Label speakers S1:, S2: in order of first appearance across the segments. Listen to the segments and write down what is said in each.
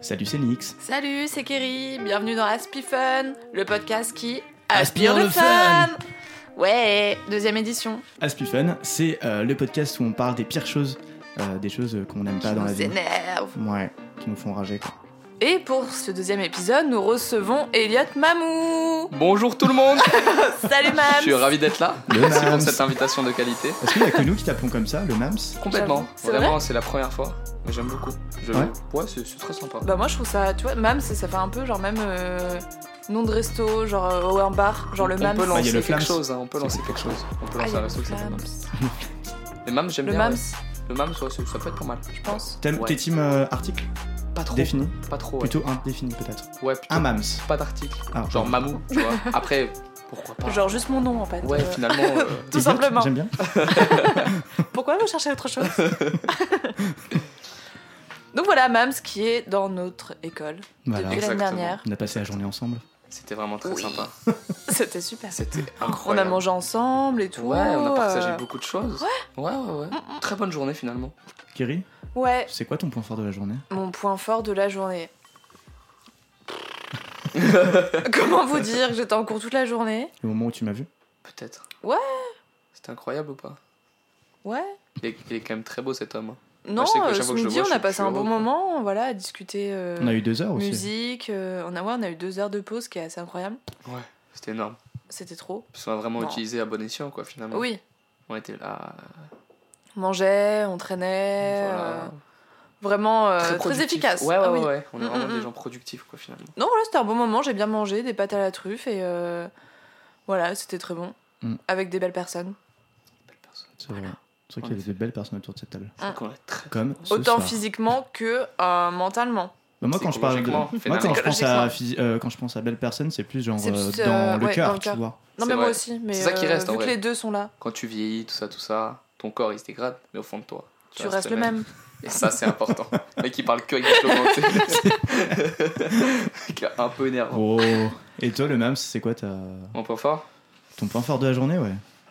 S1: Salut, c'est Nix.
S2: Salut, c'est Kerry, bienvenue dans Aspifun, le podcast qui
S1: Aspire le fun.
S2: Ouais, deuxième édition.
S1: Aspifun, c'est euh, le podcast où on parle des pires choses, euh, des choses euh, qu'on n'aime pas
S2: qui
S1: dans la
S2: nous
S1: vie.
S2: énerve.
S1: Ouais, qui nous font rager quoi.
S2: Et pour ce deuxième épisode, nous recevons Elliot Mamou.
S3: Bonjour tout le monde
S2: Salut Mam.
S3: Je suis ravi d'être là.
S1: Le
S3: Merci
S1: Mams.
S3: pour cette invitation de qualité.
S1: Est-ce qu'il y a que nous qui t'appelons comme ça, le MAMS
S3: Complètement.
S2: C'est vrai
S3: Vraiment, c'est la première fois. Mais J'aime beaucoup. Je-
S1: Ouais.
S3: Ouais, c'est c'est très sympa.
S2: Bah moi je trouve ça, tu vois, Mam ça, ça fait un peu genre même euh, nom de resto, genre euh, ou un bar, genre le
S3: on
S2: Mams.
S3: peut
S1: Bah, il y a le
S3: lancer quelque
S1: Flams.
S3: chose, hein, on peut lancer quelque chose. On peut
S2: Ah, il y
S3: lancer
S2: a
S3: un
S2: le
S3: resto qui s'appelle
S2: Flams.
S3: Mams. Les Mams, j'aime
S2: Le
S3: bien.
S2: Mams,
S3: ouais. Le Mams, ouais, ça ça peut être pas mal, je pense.
S1: T'aimes-
S3: Ouais.
S1: T'es team euh, article
S3: Pas trop.
S1: Défini
S3: Pas trop, ouais.
S1: Plutôt indéfini peut-être.
S3: Ouais, plutôt
S1: Un MAMS.
S3: Pas d'article.
S1: Ah,
S3: Genre
S1: ouais.
S3: Mamou, tu vois. Après, pourquoi pas.
S2: genre juste mon nom en fait.
S3: Ouais,
S2: Euh,
S3: finalement. euh,
S2: tout
S1: Idiot,
S2: simplement.
S1: J'aime bien.
S2: Pourquoi vous cherchez autre chose Donc voilà, Mams qui est dans notre école
S1: Voilà.
S2: depuis l'année
S3: Exactement.
S2: dernière.
S1: On a passé la journée ensemble.
S3: C'était vraiment très
S2: Oui.
S3: sympa.
S2: C'était super.
S3: C'était
S2: On a
S3: incroyable.
S2: mangé ensemble et tout.
S3: Ouais, on a partagé
S2: euh,
S3: beaucoup de choses. Ouais, ouais, ouais.
S2: Mm,
S3: Très bonne journée finalement.
S1: Kerry,
S2: Ouais,
S1: c'est quoi ton point fort de la journée
S2: mon point fort de la journée. Comment vous dire que J'étais en cours toute la journée.
S1: Le moment où tu m'as vu
S2: Euh,
S3: Peut-être.
S2: Ouais.
S3: C'était incroyable ou pas
S2: Ouais.
S3: il est, il est quand même très beau cet homme. hein.
S2: Non,
S3: sais que
S2: euh, ce
S3: chaque fois que Bah, je le
S2: midi,
S3: vois,
S2: on
S3: je
S2: a
S3: suis- je
S2: passé
S3: suis
S2: un
S3: heureux,
S2: bon
S3: quoi.
S2: moment, voilà, à discuter euh,
S1: On a eu deux heures aussi.
S2: musique. euh, on, a, ouais, on a eu deux heures de pause, ce qui est assez incroyable.
S3: C'était énorme.
S2: C'était trop.
S3: Parce qu'on a vraiment
S2: Non.
S3: utilisé à bon escient, quoi, finalement.
S2: Oui,
S3: On était là.
S2: on mangeait, on traînait.
S3: voilà.
S2: euh, vraiment euh, très,
S3: productifs.
S2: efficace.
S3: Ouais, ouais,
S2: Ah oui.
S3: ouais, ouais. On est
S2: Mm,
S3: vraiment
S2: mm,
S3: des
S2: mm.
S3: gens productifs, quoi, finalement.
S2: Non, voilà, c'était un bon moment. J'ai bien mangé des pâtes à la truffe et euh, voilà, c'était très bon.
S1: Mm.
S2: Avec des belles personnes.
S3: Belle personne.
S1: C'est vrai. C'est vrai qu'il y avait de belles personnes autour de cette table.
S2: Mm.
S3: Donc on est très.
S1: Comme ce
S2: Autant
S1: soir.
S2: physiquement que euh, mentalement.
S1: Bah, moi,
S3: C'est
S1: quand je parle de...
S3: écologiquement,
S1: moi, quand je pense à
S2: phénoménal.
S1: physi- euh, quand je pense à belle personne, c'est plus genre
S2: C'est plus,
S1: euh, dans,
S2: euh,
S1: le
S2: ouais, dans
S1: cœur,
S2: le
S1: tu
S2: cœur.
S1: vois.
S2: Non,
S3: C'est
S2: mais moi
S3: vrai.
S2: aussi. mais,
S3: C'est ça qui
S2: euh,
S3: reste, en
S2: Vu que
S3: vrai.
S2: les deux sont là,
S3: Quand tu vieillis, tout ça, tout ça, ton corps il se dégrade, mais au fond de toi.
S2: tu restes le même.
S3: Et ça, c'est important. Le mec, il parle que avec des slogans, tu sais. Qui est un peu énervant.
S1: Oh. Et toi, le MAMS, c'est quoi ta...
S3: Mon point fort
S1: ton point fort de la journée, ouais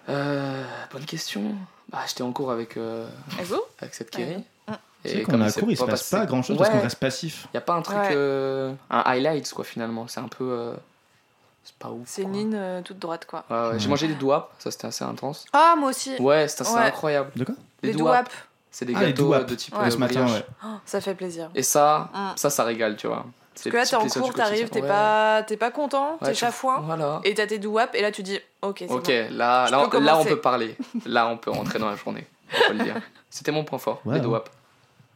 S3: Euh, Bonne question. Bah, j'étais en cours avec, euh,
S2: Et vous
S3: avec cette Kerry.
S2: Mm.
S1: C'est vrai qu'on a un cours, il se passe pas grand chose parce qu'on reste passif.
S3: Il n'y a pas un truc,
S2: Ouais.
S3: euh, un highlights quoi finalement. C'est un peu. euh, c'est pas ouf.
S2: C'est
S3: quoi.
S2: une ligne euh, toute droite, quoi.
S3: Ouais, ouais. J'ai
S1: Ouais.
S3: mangé des douaps, ça c'était assez intense.
S2: Ah, moi aussi.
S3: Ouais, c'est c'est
S2: Ouais.
S3: incroyable.
S1: De quoi
S2: les
S3: douaps,
S2: douaps.
S3: C'est des
S1: Ah, les
S3: gâteaux
S1: douaps.
S3: de type.
S2: Ouais.
S3: euh,
S1: Ce matin,
S3: brioche.
S1: ouais.
S2: Oh, ça fait plaisir.
S3: Et ça,
S2: Mm.
S3: ça, ça régale, tu vois. C'est
S2: Parce que là, t'es en cours, t'arrives, t'es pas, t'es pas content, t'es chafouin,
S3: Voilà.
S2: et t'as tes douaps, et là, tu dis, ok, c'est
S3: Ok,
S2: bon.
S3: là,
S2: Je
S3: là,
S2: peux
S3: on- là, on
S2: commencer.
S3: peut parler. là, on peut rentrer dans la journée. On peut le dire. C'était mon point fort,
S1: Ouais,
S3: les
S1: ouais.
S3: douaps.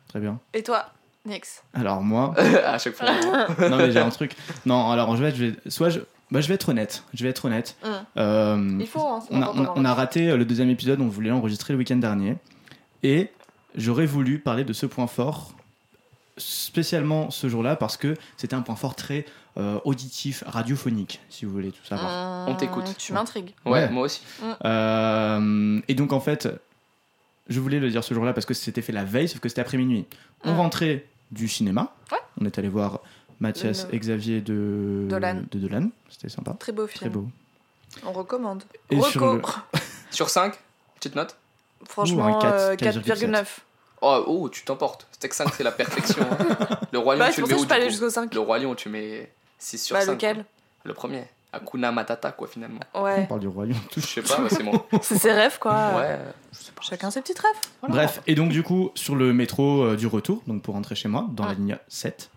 S1: Très bien.
S2: Et toi, Nix
S1: Alors moi,
S3: à chaque fois.
S1: non mais j'ai un truc. Non, alors je vais, je vais- soit je, bah, je vais être honnête. Je vais être honnête.
S2: Hum.
S1: Euh,
S2: Il faut, hein, c'est
S1: on, a,
S2: important
S1: on a-
S2: d'en
S1: on a raté euh, le deuxième épisode, on voulait l'enregistrer le week-end dernier. Et j'aurais voulu parler de ce point fort spécialement ce jour-là parce que c'était un point fort très euh, auditif, radiophonique, si vous voulez tout savoir.
S2: Hum,
S3: On t'écoute.
S2: Tu m'intrigues.
S3: Ouais,
S1: Ouais.
S3: moi aussi.
S1: Euh, et donc en fait, je voulais le dire ce jour-là parce que c'était fait la veille, sauf que c'était après minuit. On
S2: Mm.
S1: rentrait du cinéma. On est allé voir Mathias
S2: Le-
S1: et Xavier de
S2: Dolan.
S1: de Dolan. C'était sympa.
S2: Très beau
S1: Très
S2: film.
S1: beau.
S2: On recommande.
S1: Et
S2: Reco.
S1: sur le-
S3: Sur 5, petite note.
S2: Franchement,
S1: Ouh, un quatre,
S2: euh,
S1: 4,7.
S2: 4,9.
S3: Oh, oh, tu t'emportes. Steak 5, c'est la perfection. hein. Le Roi Lion,
S2: Bah, c'est
S3: tu
S2: pour
S3: le
S2: ça que
S3: mets où,
S2: je
S3: du
S2: peux aller
S3: coup
S2: jusqu'au 5.
S3: Le Roi Lion, tu mets 6 sur
S2: Bah,
S3: 5.
S2: lequel Ah,
S3: Le premier. Akuna Matata, quoi, finalement.
S1: On
S2: Ouais.
S1: parle du royaume.
S3: Je sais pas, bah, c'est mon. Ouais,
S2: C'est ses rêves, quoi.
S3: euh, je sais pas.
S2: Chacun ses petits rêves.
S1: Bref, et donc du coup, sur le métro euh, du retour, donc pour rentrer chez moi, dans la
S2: Ah.
S1: ligne 7,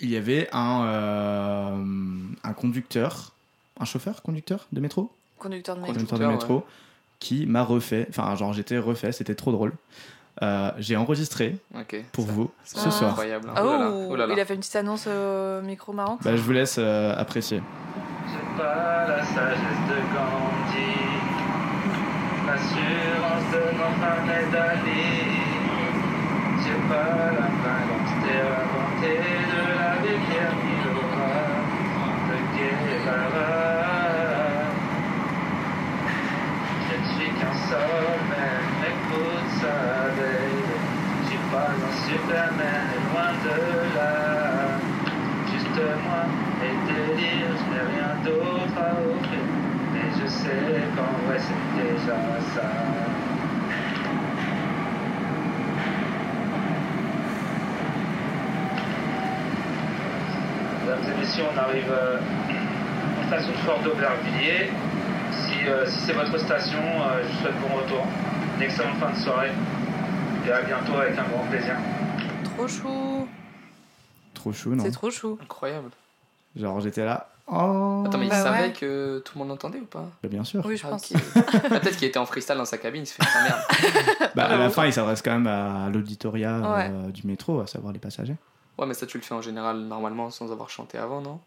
S1: il y avait un, euh, un conducteur, un chauffeur, conducteur de métro
S2: Conducteur de métro.
S1: conducteur de
S3: Conducteur,
S1: métro, qui m'a refait, enfin genre j'étais refait, c'était trop drôle. Euh, J'ai enregistré
S3: Ok.
S1: pour
S3: Ça,
S1: vous
S3: c'est
S1: ce soir.
S3: Incroyable. hein.
S2: Oh,
S3: Oh là là, oh là là.
S2: il a fait une petite annonce euh, micro marrante.
S1: Bah, je vous laisse euh, apprécier.
S4: C'est pas la sagesse de Gandhi, l'assurance de Mohamed Ali. J'ai pas la balance déinventée de la Pierre Milora de Guevara. Je ne suis qu'un sommet, écoute ça, babe. Je suis pas un superman, loin de là. Juste moi et tes dires, je n'ai rien d'autre à offrir. Mais je sais qu'en vrai c'est déjà ça. mesdames et messieurs, on arrive euh, en station de Fort d'Aubervilliers. Si, euh, si c'est votre station, euh, je vous souhaite bon retour. Une excellente fin de soirée. Et à bientôt avec un grand plaisir.
S2: Trop chou.
S1: Trop chou, non
S2: C'est trop chou.
S3: Incroyable.
S1: Genre, j'étais là. Oh
S3: Attends, mais
S2: Bah
S3: il savait
S2: ouais.
S3: que tout le monde entendait ou pas
S1: Bah, Bien sûr.
S2: Oui, je
S3: Ah,
S2: pense.
S3: ok. Ah, Peut-être qu'il était en freestyle dans sa cabine, il se fait putain, merde.
S1: Bah, à la fin, il s'adresse quand même à l'auditoria
S2: Ouais.
S1: euh, du métro, à savoir les passagers.
S3: Ouais, mais ça, tu le fais en général, normalement, sans avoir chanté avant, non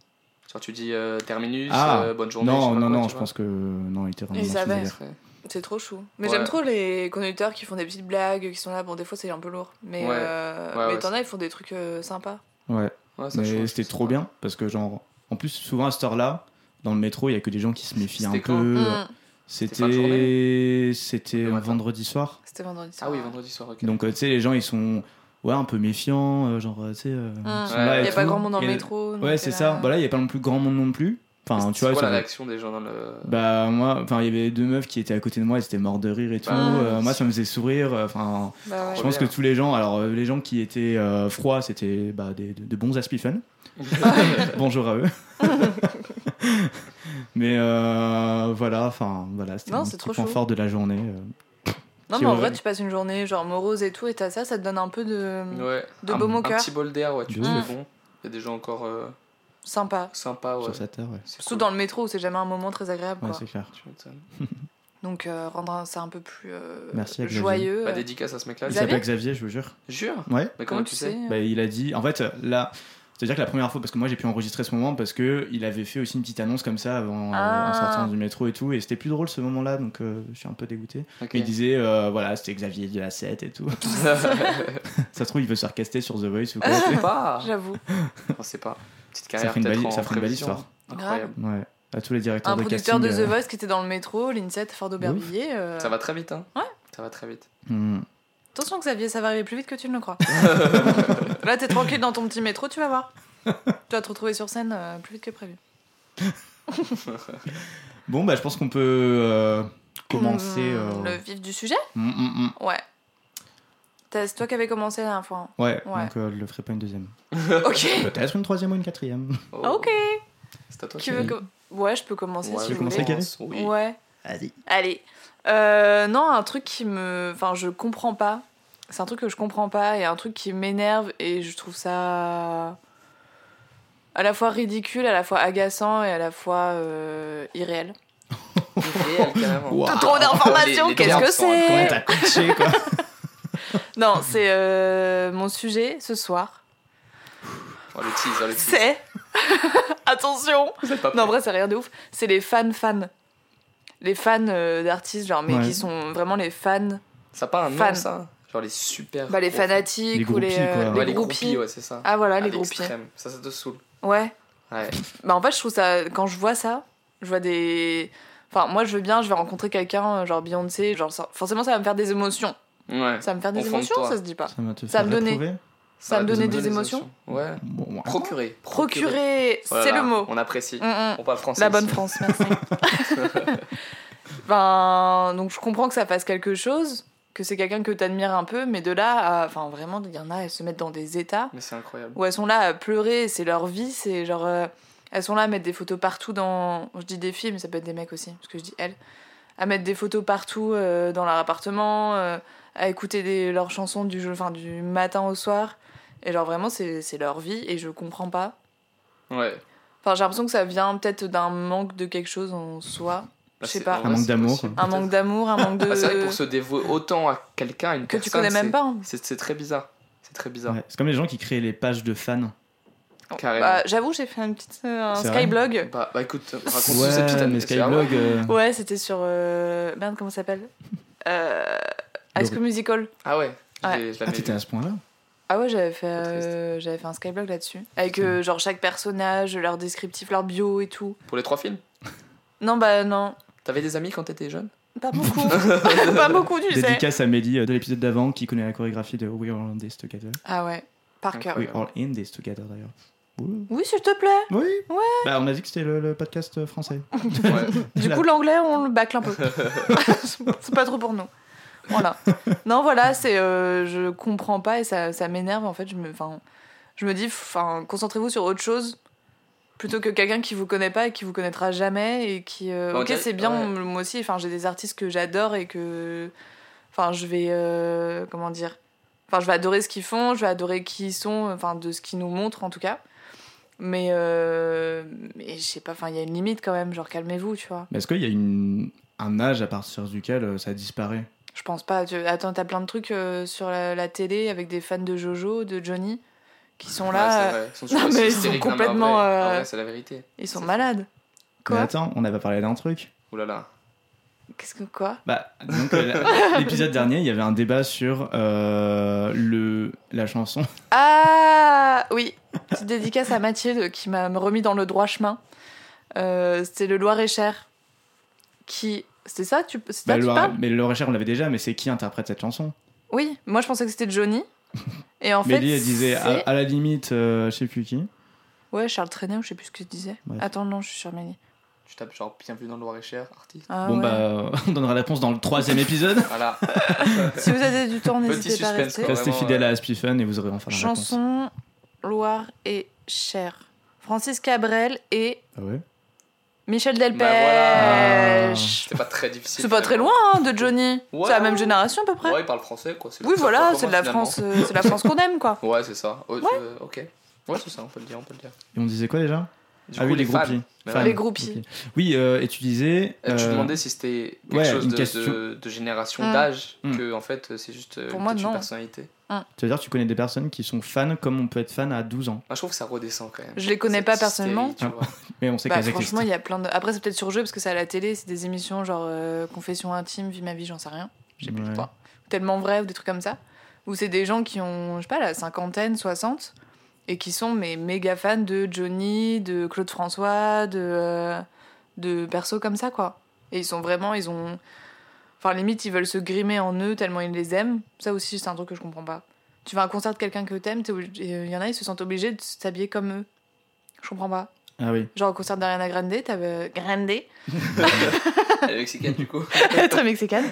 S3: Genre, tu dis euh, terminus,
S1: Ah.
S3: euh, bonne journée.
S1: Non, non, non, je pense que. Non, il était vraiment
S2: Ils
S1: dans son
S2: avaient.
S1: délire.
S3: que.
S2: C'est trop chou. Mais
S3: Ouais.
S2: j'aime trop les conducteurs qui font des petites blagues, qui sont là. Bon, des fois, c'est un peu lourd. Mais,
S3: Ouais.
S2: euh,
S3: Ouais,
S2: mais
S3: ouais,
S2: t'en as, ils font des trucs euh, sympas.
S1: Ouais,
S3: Ouais, ça, je
S1: mais
S3: trouve,
S1: c'était
S3: je
S1: trop
S3: sais pas.
S1: bien parce que, genre, en plus, souvent à cette heure-là, dans le métro, il y a que des gens qui se méfient un
S3: C'était quand
S1: peu.
S2: Mm.
S3: fin de
S1: C'était. C'était
S3: Le
S1: un
S3: matin.
S1: vendredi soir.
S2: C'était vendredi soir.
S3: Ah oui, vendredi soir, ok.
S1: Donc, euh, tu sais, les gens, ils sont. Ouais, un peu méfiants, euh, genre, euh, tu sais. euh, ils sont là
S3: Ouais.
S2: Mmh. Il
S1: et
S2: n'y a pas
S1: tout.
S2: grand monde dans le
S1: Et-
S2: métro. donc euh,
S1: Ouais,
S2: t'es
S1: c'est
S2: là.
S1: ça. Bah là, il n'y a pas non plus grand monde non plus. Enfin, tu vois,
S3: c'est quoi
S1: ça
S3: la
S1: va-
S3: réaction des gens dans le.
S1: Bah moi, enfin il y avait deux meufs qui étaient à côté de moi, elles étaient mortes de rire et tout.
S3: Bah, Oh,
S1: Euh, moi ça me faisait sourire. Enfin,
S2: Bah ouais.
S1: je
S3: Trop
S1: pense que
S3: bien.
S1: tous les gens, alors euh, les gens qui étaient euh, froids, c'était bah, des, de, de bons aspifans. Bonjour à eux. Mais euh, voilà, enfin voilà, c'était
S2: Non,
S1: un
S2: c'est
S1: petit
S2: trop
S1: point
S2: chaud.
S1: fort de la journée. euh.
S2: Non,
S1: Qui
S2: mais en
S1: aurait-
S2: vrai, tu passes une journée genre morose et tout, et t'as ça, ça te donne un peu de.
S3: Ouais.
S2: De
S3: un,
S2: baume au
S3: un
S2: cœur.
S3: petit bol d'air, ouais, tu
S1: De
S3: te
S2: ouf.
S3: fais bon. Il y a des gens encore euh,
S2: sympa.
S3: sympas, Ah ouais.
S1: Sur cette heure, ouais.
S3: C'est
S2: Surtout
S3: cool.
S2: dans le métro où c'est jamais un moment très agréable.
S1: Ouais,
S2: quoi.
S1: c'est clair.
S3: Tu m'étonnes.
S2: Donc euh, rendre un- ça un peu plus euh,
S1: Merci à Xavier.
S2: joyeux.
S3: Bah, dédicace à ce mec-là.
S1: Il
S2: Xavier
S1: s'appelle Xavier, je vous jure.
S3: Jure
S1: Ouais.
S3: Mais comment tu sais
S1: Bah, il a dit, en fait, là, c'est-à-dire que la première fois, parce que moi j'ai pu enregistrer ce moment parce que il avait fait aussi une petite annonce comme ça avant euh,
S2: Ah.
S1: en sortant du métro et tout, et c'était plus drôle ce moment-là, donc euh, je suis un peu dégoûté.
S3: Ok.
S1: Il disait, euh, voilà, c'était Xavier de la 7 et tout. ça se trouve, il veut se faire caster sur The Voice ou quoi.
S3: On
S2: Ah.
S3: sait pas.
S2: J'avoue.
S3: On sait pas. Petite
S1: ça
S3: carrière
S1: ferait une,
S3: peut-être
S1: belle-
S3: en
S1: ça ferait une belle
S3: prévision.
S1: histoire.
S3: Incroyable.
S1: Ouais. À tous les directeurs
S2: Un
S1: de
S2: producteur de
S1: casting,
S2: The
S1: euh,
S2: Voice qui était dans le métro, l'INSET, Fort d'Aubervilliers. euh,
S3: Ça va très vite, hein
S2: Ouais.
S3: Ça va très vite.
S1: hmm.
S2: Attention Xavier, ça va arriver plus vite que tu ne le crois. Là, t'es tranquille dans ton petit métro, tu vas voir. Tu vas te retrouver sur scène euh, plus vite que prévu.
S1: Bon, bah, je pense qu'on peut euh, commencer.
S2: Hum, Le
S1: euh,
S2: vif du sujet
S1: hum, hum, hum.
S2: Ouais. T'as- C'est toi qui avais commencé la dernière fois.
S1: Ouais,
S2: Ouais.
S1: donc euh, je le ferai pas une deuxième.
S2: hein. Ok.
S1: Peut-être une troisième ou une quatrième.
S3: Oh.
S2: Ok.
S3: C'est à toi
S2: Qui
S3: qui-
S2: veut que... Ouais, je peux commencer
S3: Ouais,
S2: si
S1: veux
S2: vous
S1: commencer
S2: voulez.
S1: Karine
S3: Oui.
S2: Ouais.
S1: Vas-y.
S2: Allez. Euh, non, un truc qui me. Enfin, je comprends pas. C'est un truc que je comprends pas et un truc qui m'énerve et je trouve ça. à la fois ridicule, à la fois agaçant et à la fois euh, irréel.
S3: Réel, carrément.
S1: Wow. Ah,
S2: Trop d'informations,
S3: les- les
S2: qu'est-ce
S3: termes
S2: que
S3: sont incroyables.
S1: Comment
S2: c'est
S1: t'as pitché, quoi
S2: Non, c'est euh, mon sujet ce soir.
S3: Oh, le tease, oh, le tease.
S2: C'est. Attention
S3: Vous êtes pas
S2: Non, en
S3: prêts.
S2: vrai, c'est rien de ouf. C'est les fans-fans. Les fans euh, d'artistes, genre, mais
S1: Ouais.
S2: qui sont vraiment les fans.
S3: Ça a pas un nom,
S2: Fan.
S3: ça Genre les super.
S2: Bah, les
S3: gros fans.
S1: Les
S2: fanatiques ou les,
S1: groupies,
S2: euh,
S1: quoi.
S3: Ouais,
S2: les
S3: les
S2: groupies.
S3: groupies, ouais, c'est ça.
S2: Ah voilà,
S3: Ah,
S2: les groupies.
S3: l'extrême. Ça, ça te saoule.
S2: Ouais.
S3: Ouais.
S2: Bah en fait, je trouve ça. Quand je vois ça, je vois des. Enfin, moi, je veux bien, je vais rencontrer quelqu'un, euh, genre Beyoncé, genre. ça- Forcément, ça va me faire des émotions.
S3: Ouais.
S2: Ça va me faire
S3: Au
S2: des
S3: fond de
S2: émotions,
S3: toi.
S2: ça se dit pas.
S1: Ça m'a te
S2: Ça
S1: fait
S2: me donnait.
S1: réprouver
S2: Ça me
S3: va te
S2: donnait
S3: donner
S2: des émotions.
S3: Ouais.
S1: Bon, ouais.
S3: Procurer.
S2: Procurer, c'est
S3: Voilà,
S2: le mot.
S3: On apprécie.
S2: Mm, mm.
S3: On parle français.
S2: La bonne
S3: ici.
S2: France, merci. ben, donc je comprends que ça fasse quelque chose, que c'est quelqu'un que t'admires un peu, mais de là à. Enfin, vraiment, il y en a, elles se mettent dans des états
S3: Mais c'est incroyable.
S2: où elles sont là à pleurer, c'est leur vie, c'est genre. euh, elles sont là à mettre des photos partout dans. Je dis des filles, mais ça peut être des mecs aussi, parce que je dis elles. À mettre des photos partout euh, dans leur appartement, euh, à écouter des, leurs chansons du, jeu- enfin, du matin au soir. Et genre vraiment, c'est c'est leur vie, et je comprends pas.
S3: Ouais.
S2: Enfin, j'ai l'impression que ça vient peut-être d'un manque de quelque chose en soi. Je sais
S3: c'est-
S2: pas.
S3: en
S1: Un
S3: vrai,
S1: manque
S3: c'est
S1: d'amour,
S3: possible,
S2: Un
S3: peut-être.
S2: manque d'amour, un manque de.
S3: Ah, c'est vrai que pour se dévouer autant à quelqu'un, à une
S2: que
S3: personne.
S2: tu connais même
S3: c'est-
S2: pas. hein.
S3: C'est c'est très bizarre. C'est très bizarre.
S1: Ouais, C'est comme les gens qui créent les pages de fans.
S3: Carrément.
S2: Bah, J'avoue, j'ai fait un petit euh, un
S1: C'est
S2: skyblog.
S3: Bah, bah écoute, raconte nous cette
S1: Ouais,
S3: petite
S1: mais
S3: anecdote.
S1: Skyblog. euh,
S2: Ouais, c'était sur. euh, Merde, comment ça s'appelle euh... High School Musical.
S3: Ah ouais. Je
S2: Ouais.
S3: l'ai- je
S1: Ah,
S3: l'avais
S1: t'étais
S3: vu.
S1: à ce point-là
S2: Ah ouais, j'avais fait,
S3: Trop triste.
S2: euh, j'avais fait un skyblog là-dessus. Avec euh, genre chaque personnage, leur descriptif, leur bio et tout.
S3: Pour les trois films
S2: Non, bah non.
S3: T'avais des amis quand t'étais jeune
S2: Pas beaucoup. pas beaucoup, tu sais.
S1: Dédicace à Mélie euh, de l'épisode d'avant qui connaît la chorégraphie de We Are All In This Together.
S2: Ah ouais, par cœur.
S1: We Are In This Together d'ailleurs. Oui.
S2: Oui, s'il te plaît.
S1: Oui
S2: Ouais.
S1: Bah, on a dit que c'était le, le podcast euh, français.
S3: Ouais.
S2: Du
S1: La-
S2: coup, l'anglais, on le bâcle un peu. c'est pas trop pour nous. Voilà. Non, voilà, c'est, euh, je comprends pas et ça, ça m'énerve en fait. Je me, enfin, je me dis, enfin, concentrez-vous sur autre chose plutôt que quelqu'un qui vous connaît pas et qui vous connaîtra jamais et qui euh,
S3: Bah, on
S2: ok
S3: dirait-
S2: c'est bien
S3: ouais.
S2: m- moi aussi enfin j'ai des artistes que j'adore et que enfin je vais euh, comment dire enfin je vais adorer ce qu'ils font je vais adorer qui ils sont enfin de ce qu'ils nous montrent en tout cas mais euh, mais je sais pas enfin il y a une limite quand même genre calmez-vous tu vois
S1: Mais est-ce qu'il y a une- un âge à partir duquel euh, ça disparaît
S2: je pense pas tu- attends t'as plein de trucs euh, sur la, la télé avec des fans de Jojo de Johnny qui sont là euh,
S3: ils sont,
S2: non,
S3: super
S2: mais ils sont
S3: hystériques. Non, mais en
S2: complètement,
S3: vrai-
S2: euh,
S3: en vrai, Ah c'est la vérité.
S2: ils sont malades
S1: Mais
S2: quoi
S1: attends, on n'avait pas parlé d'un truc.
S3: Ouh là là.
S2: qu'est-ce que quoi
S1: Bah, donc, euh, la- l'épisode dernier, il y avait un débat sur euh, le, la chanson.
S2: Ah oui, petite dédicace à Mathilde qui m'a remis dans le droit chemin. Euh, c'était le Loir-et-Cher qui. C'était ça tu, c'est ça
S1: Bah,
S2: que tu
S1: Laura-
S2: parles
S1: mais Laura Cher, on l'avait déjà, mais c'est qui interprète cette chanson
S2: Oui, moi je pensais que c'était Johnny. Et en fait.
S1: Mélie, elle disait ah, à,
S2: c'est-
S1: à la limite, euh, je sais plus qui.
S2: Ouais, Charles Trenet ou je sais plus ce qu'il disait.
S1: Bref.
S2: Attends, non, je suis sur Mélie.
S3: Tu tapes genre bienvenue dans le Loir-et-Cher, artiste.
S2: Ah,
S1: bon,
S2: ouais.
S1: bah, on donnera la réponse dans le troisième épisode.
S3: Voilà.
S2: Si vous avez du temps, n'hésitez pas à
S3: suspense,
S2: rester.
S3: quoi.
S1: Restez
S3: Vraiment,
S1: fidèle
S3: ouais.
S1: à Aspifen et vous aurez enfin la réponse.
S2: Chanson Loir-et-Cher. Francis Cabrel et
S1: Ah ouais
S2: Michel
S3: Bah voilà.
S1: Ah.
S2: Delpech.
S3: C'est pas très difficile.
S2: C'est pas très
S3: finalement.
S2: loin hein, de Johnny.
S3: Ouais.
S2: C'est la même génération à peu près.
S3: Ouais, il parle français quoi. c'est le
S2: Oui,
S3: plus
S2: voilà,
S3: important,
S2: c'est de la
S3: finalement.
S2: France, euh, c'est la France qu'on aime, quoi.
S3: Ouais, c'est ça. Oh, euh, ok. Ouais, c'est ça, on peut le dire, on peut le dire.
S1: Et on disait quoi déjà
S3: Du
S1: Ah oui, les
S3: fans.
S1: groupies.
S3: Mais
S1: Fans.
S2: Les groupies.
S1: Ok. Oui, euh, et tu disais.
S3: Euh, Tu
S1: euh,
S3: demandais si c'était quelque
S1: ouais,
S3: chose
S1: une
S3: de,
S1: question.
S3: de- de génération,
S2: Mm.
S3: d'âge,
S1: Mm.
S3: que en fait c'est juste euh,
S2: Pour moi,
S3: peut-être
S2: non.
S3: une personnalité.
S1: C'est-à-dire, tu connais des personnes qui sont fans comme on peut être fan à 12 ans.
S3: Moi, Bah, je trouve que ça redescend quand même.
S2: Je les connais
S3: Cette
S2: pas
S3: hystérie,
S2: personnellement.
S3: tu
S1: Ah.
S3: vois.
S1: Mais on sait
S2: Bah,
S1: qu'elles
S2: franchement,
S1: existent.
S2: il y a plein de. Après, c'est peut-être sur jeu parce que c'est à la télé, c'est des émissions genre euh, Confession intime, Vie ma vie, j'en sais rien. J'ai plus
S1: Ouais.
S2: le temps. Ou Tellement vrai ou des trucs comme ça. Où c'est des gens qui ont, je sais pas, la cinquantaine, soixante, et qui sont mais méga fans de Johnny, de Claude François, de, euh, de persos comme ça, quoi. Et ils sont vraiment, ils ont. Enfin, limite, ils veulent se grimer en eux tellement ils les aiment. Ça aussi, c'est un truc que je comprends pas. Tu vas à un concert de quelqu'un que t'aimes, t'es obligé- et, euh, il y en a, ils se sentent obligés de s'habiller comme eux. Je comprends pas.
S1: Ah oui.
S2: Genre au concert d'Ariana Grande, t'avais Grande,
S3: Elle est mexicaine du coup.
S2: très mexicaine.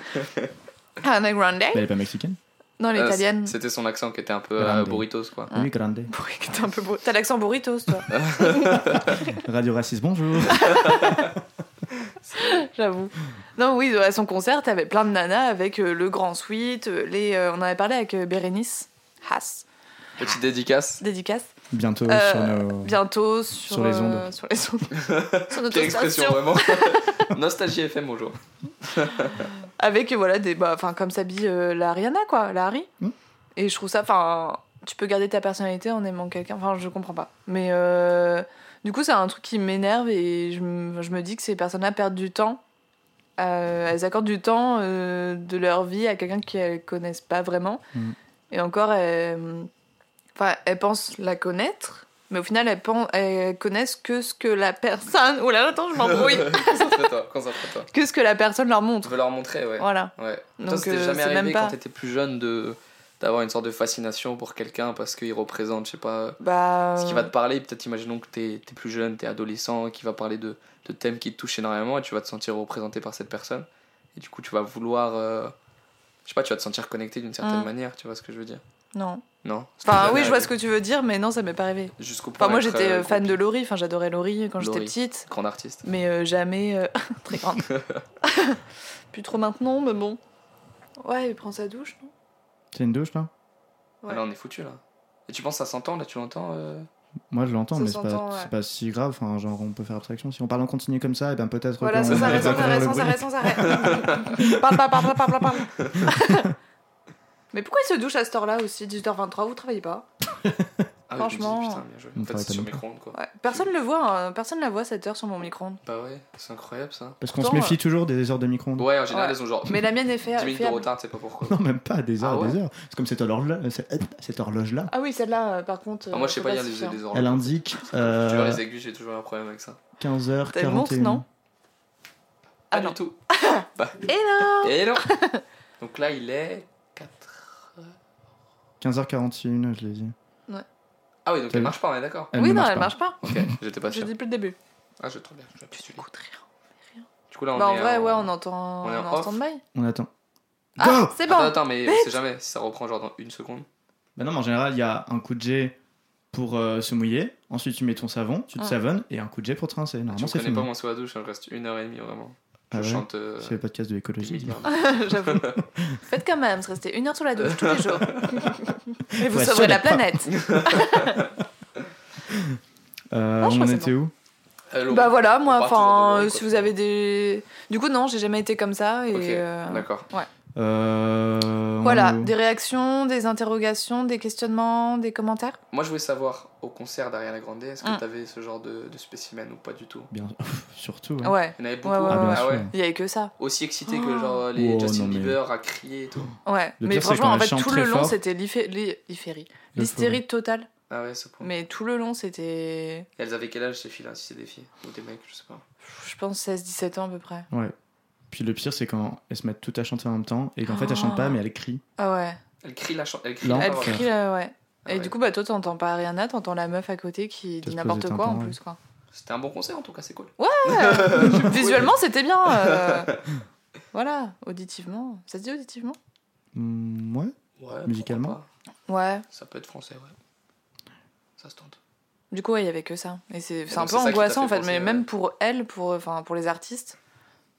S2: Ariana Grande.
S1: Bah, elle est pas mexicaine
S2: Non, elle est
S3: Euh,
S2: italienne.
S3: C'était son accent qui était un peu euh,
S1: Grande.
S3: burritos quoi.
S2: Ah.
S1: Oui, grande.
S2: Bourri- T'as un peu bourri- t'as l'accent burritos, toi.
S1: Radio Raciste, bonjour.
S2: J'avoue. Non, oui, à son concert, t'avais plein de nanas avec euh, le grand suite. euh, Les, euh, on en avait parlé avec euh, Bérénice Haas,
S3: Petite dédicace.
S2: dédicace.
S1: Bientôt
S2: Euh,
S1: sur nos.
S2: Bientôt sur,
S1: Mmh. Sur les ondes.
S2: euh, sur les ondes. sur notre
S3: Quelle expression
S2: station.
S3: vraiment. Nostalgie FM bonjour.
S2: Avec euh, voilà des, bah, enfin comme s'habille euh, la Rihanna quoi, la Harry.
S1: Mm.
S2: Et je trouve ça, enfin, tu peux garder ta personnalité en aimant quelqu'un. Enfin, je comprends pas. Mais euh, du coup, c'est un truc qui m'énerve et je, m- je me dis que ces personnes-là perdent du temps. Euh, elles accordent du temps euh, de leur vie à quelqu'un qu'elles connaissent pas vraiment.
S1: Mm.
S2: Et encore, elles, enfin, elles pensent la connaître. Mais au final, elles, pen- elles connaissent que ce que la personne. Oula, attends, je m'embrouille.
S3: Concentre-toi, concentre-toi.
S2: que ce que la personne leur
S3: Tu
S2: montre.
S3: veux leur montrer ouais.
S2: Voilà.
S3: Ouais. Toi,
S2: Donc,
S3: c'était
S2: euh,
S3: jamais
S2: c'est
S3: arrivé
S2: même
S3: quand
S2: pas-
S3: t'étais plus jeune de d'avoir une sorte de fascination pour quelqu'un parce qu'il représente, je sais pas,
S2: Bah.
S3: ce qui va te parler. Peut-être imaginons que t'es es plus jeune, t'es adolescent, qui va parler de, de thèmes qui te touchent énormément et tu vas te sentir représenté par cette personne. Et du coup, tu vas vouloir, euh, je sais pas, tu vas te sentir connecté d'une certaine
S2: Mm.
S3: manière. Tu vois ce que je veux dire
S2: Non.
S3: Non.
S2: Enfin, oui, je vois ce que tu veux dire, mais non, ça m'est pas arrivé.
S3: Jusqu'au point
S2: Enfin, moi,
S3: d'être,
S2: j'étais
S3: euh,
S2: euh, fan de
S3: groupie.
S2: Laurie, enfin, j'adorais Laurie quand j'étais
S3: Laurie.
S2: petite,
S3: Grand artiste.
S2: mais euh, jamais euh, très grande. Plus trop maintenant, mais bon. Ouais, il prend sa douche, non
S1: C'est une douche là
S2: Ouais.
S3: Ah là, on est foutu là. Et tu penses à 100 ans là, tu l'entends euh
S1: Moi je l'entends,
S2: Ça
S1: mais c'est
S2: s'entend,
S1: pas,
S2: ouais.
S1: c'est pas si grave. Enfin, genre, on peut faire abstraction. Si on parle en continu comme ça, et ben peut-être.
S2: Voilà,
S1: qu'on-
S2: ça s'arrête,
S1: on
S2: ça
S1: va couvrir
S2: s'arrête,
S1: le
S2: ça
S1: bruit.
S2: s'arrête, ça s'arrête. Parle pas, parle pas, parle pas, parle Mais pourquoi il se douche à cette heure-là aussi, 18h23, vous travaillez pas
S3: Ah oui,
S2: Franchement.
S3: je me dis, putain, bien joué.
S1: On
S3: En fait,
S1: travaille
S3: c'est
S1: pas
S3: sur
S1: non plus.
S3: micro-ondes quoi.
S2: ouais. Personne le voit, hein, personne la voit à cette heure sur mon micro-ondes.
S3: Bah ouais, c'est incroyable ça.
S1: Parce qu'on se
S2: Pourtant,
S1: méfie toujours des heures de micro-ondes.
S3: Ouais, en général,
S2: Ouais.
S3: ils ont genre
S2: Mais la mienne est faite.
S3: 10 minutes de retard, c'est pas pourquoi.
S1: Non, même pas des heures
S3: Ah
S1: et des
S3: ouais
S1: heures. C'est comme cette horloge-là. euh, cette- cette horloge-là,
S2: Ah oui, celle-là, euh, par contre.
S3: Ah, moi, je sais pas lire
S2: si
S3: les,
S2: fier.
S3: les
S1: elle
S3: horloges.
S1: indique
S3: Tu vois,
S1: euh,
S3: les aiguilles, j'ai toujours un problème avec ça.
S2: T'as une montre,
S1: 15h41.
S2: non Ah
S3: Pas
S2: non. Ah.
S3: du tout.
S2: Et là
S3: Et non Donc là, il est 4.
S1: 15h41, je l'ai dit.
S3: Ah oui, donc
S1: Salut.
S3: elle marche pas, on est d'accord.
S1: Elle
S2: Oui,
S1: ne
S2: non,
S1: marche
S2: elle
S1: pas.
S2: marche pas.
S3: Ok, j'étais pas
S2: Je
S3: sûr.
S2: dis plus le début.
S3: Ah, je trouve bien. je
S2: Tu
S3: suis sûr.
S2: n'écoutes rien.
S3: Du coup, là, on
S2: Bah, en
S3: est
S2: vrai, ouais, on entend.
S3: on
S2: On
S3: est
S2: est
S3: en
S2: en
S3: off.
S2: stand-by.
S1: On attend.
S2: Ah,
S1: Go
S2: c'est
S3: Attends,
S2: bon.
S3: attends, mais on sait jamais si ça reprend genre dans une seconde.
S1: Bah non, mais en général, il y a un coup de G pour euh, se mouiller. Ensuite, tu mets ton savon, tu te
S2: Ah.
S1: savonnes et un coup de jet pour te rincer.
S3: Tu
S1: Normalement,
S3: me
S1: c'est
S3: connais
S1: fini.
S3: pas, moi, sous la douche, hein, je reste une heure et demie vraiment. Je
S1: Ah ouais
S3: chante. euh,
S1: C'est le podcast de
S3: des
S1: l'écologie.
S3: mille merdes.
S2: J'avoue. Faites comme Mams, restez une heure sous la douche tous les jours. Et vous
S1: Ouais,
S2: sauverez la
S1: sûrement pas.
S2: planète.
S1: Euh,
S2: Non, Ah, je
S1: on en
S2: crois que
S1: était où
S3: Euh, Laurent.
S2: Bah voilà, moi,
S3: On part toujours de
S2: enfin,
S3: loin,
S2: euh,
S3: quoi.
S2: si vous avez des. Du coup, non, j'ai jamais été comme ça. Et
S3: Ok,
S2: euh,
S3: D'accord.
S1: Euh, on en
S2: Voilà,
S1: est où
S2: des réactions, des interrogations, des questionnements, des commentaires.
S3: Moi, je voulais savoir, au concert d'Ariana Grande, est-ce que
S2: Mm.
S3: t'avais ce genre de, de spécimen ou pas du tout
S1: Bien... Surtout. hein.
S2: Ouais.
S3: Il y en avait beaucoup.
S2: Ouais, ouais,
S1: Ah, bien
S2: ouais.
S3: Ah
S1: sûr.
S3: ouais.
S2: Il y avait que ça.
S3: Aussi excité
S2: Oh.
S3: que genre euh, les
S1: Wow,
S3: Justin
S1: Oh, non, mais-
S3: Bieber à crier et tout.
S2: Ouais.
S1: Le
S2: mais
S1: pire, c'est
S2: franchement,
S1: quand
S2: en
S1: elle
S2: fait,
S1: chante
S2: tout
S1: très
S2: le long,
S1: fort.
S2: c'était l'ifé- l'i- l'iférie.
S1: Le
S2: L'hystérie totale.
S3: Ah ouais, ce point.
S2: Mais tout le long, c'était.
S3: Elles avaient quel âge ces filles-là Si c'est des filles ou des mecs, je sais pas.
S2: Je pense 16-17 ans à peu près.
S1: Puis le pire, c'est quand elles se mettent toutes à chanter en même temps et qu'en fait, elles chantent pas, mais elles crient.
S2: Ah ouais.
S3: Elles crient la chanson. Elles crient
S1: Non.
S3: la
S2: Elle
S3: parole.
S2: crie, euh, ouais.
S3: Ah
S2: Et
S3: ouais.
S2: du coup, bah, toi, t'entends pas Ariana, t'entends la meuf à côté
S1: T'as
S2: qui dit
S1: supposé
S2: n'importe quoi en
S1: t'entendre,
S2: plus, quoi.
S3: C'était un bon concert en tout cas, c'est cool.
S2: Ouais, Visuellement, c'était bien. euh, Voilà, auditivement. Ça se dit auditivement
S1: Hmm, ouais.
S3: Ouais, pourquoi
S1: Musicalement.
S3: pas.
S2: Ouais.
S3: Ça peut être français, ouais. Ça se tente.
S2: Du coup, ouais, il y avait que ça. Et c'est c'est un
S3: donc, c'est
S2: peu
S3: ça qui t'a
S2: angoissant, en
S3: fait
S2: fait, mais
S3: penser, ouais.
S2: même pour elle, pour, enfin, pour les artistes,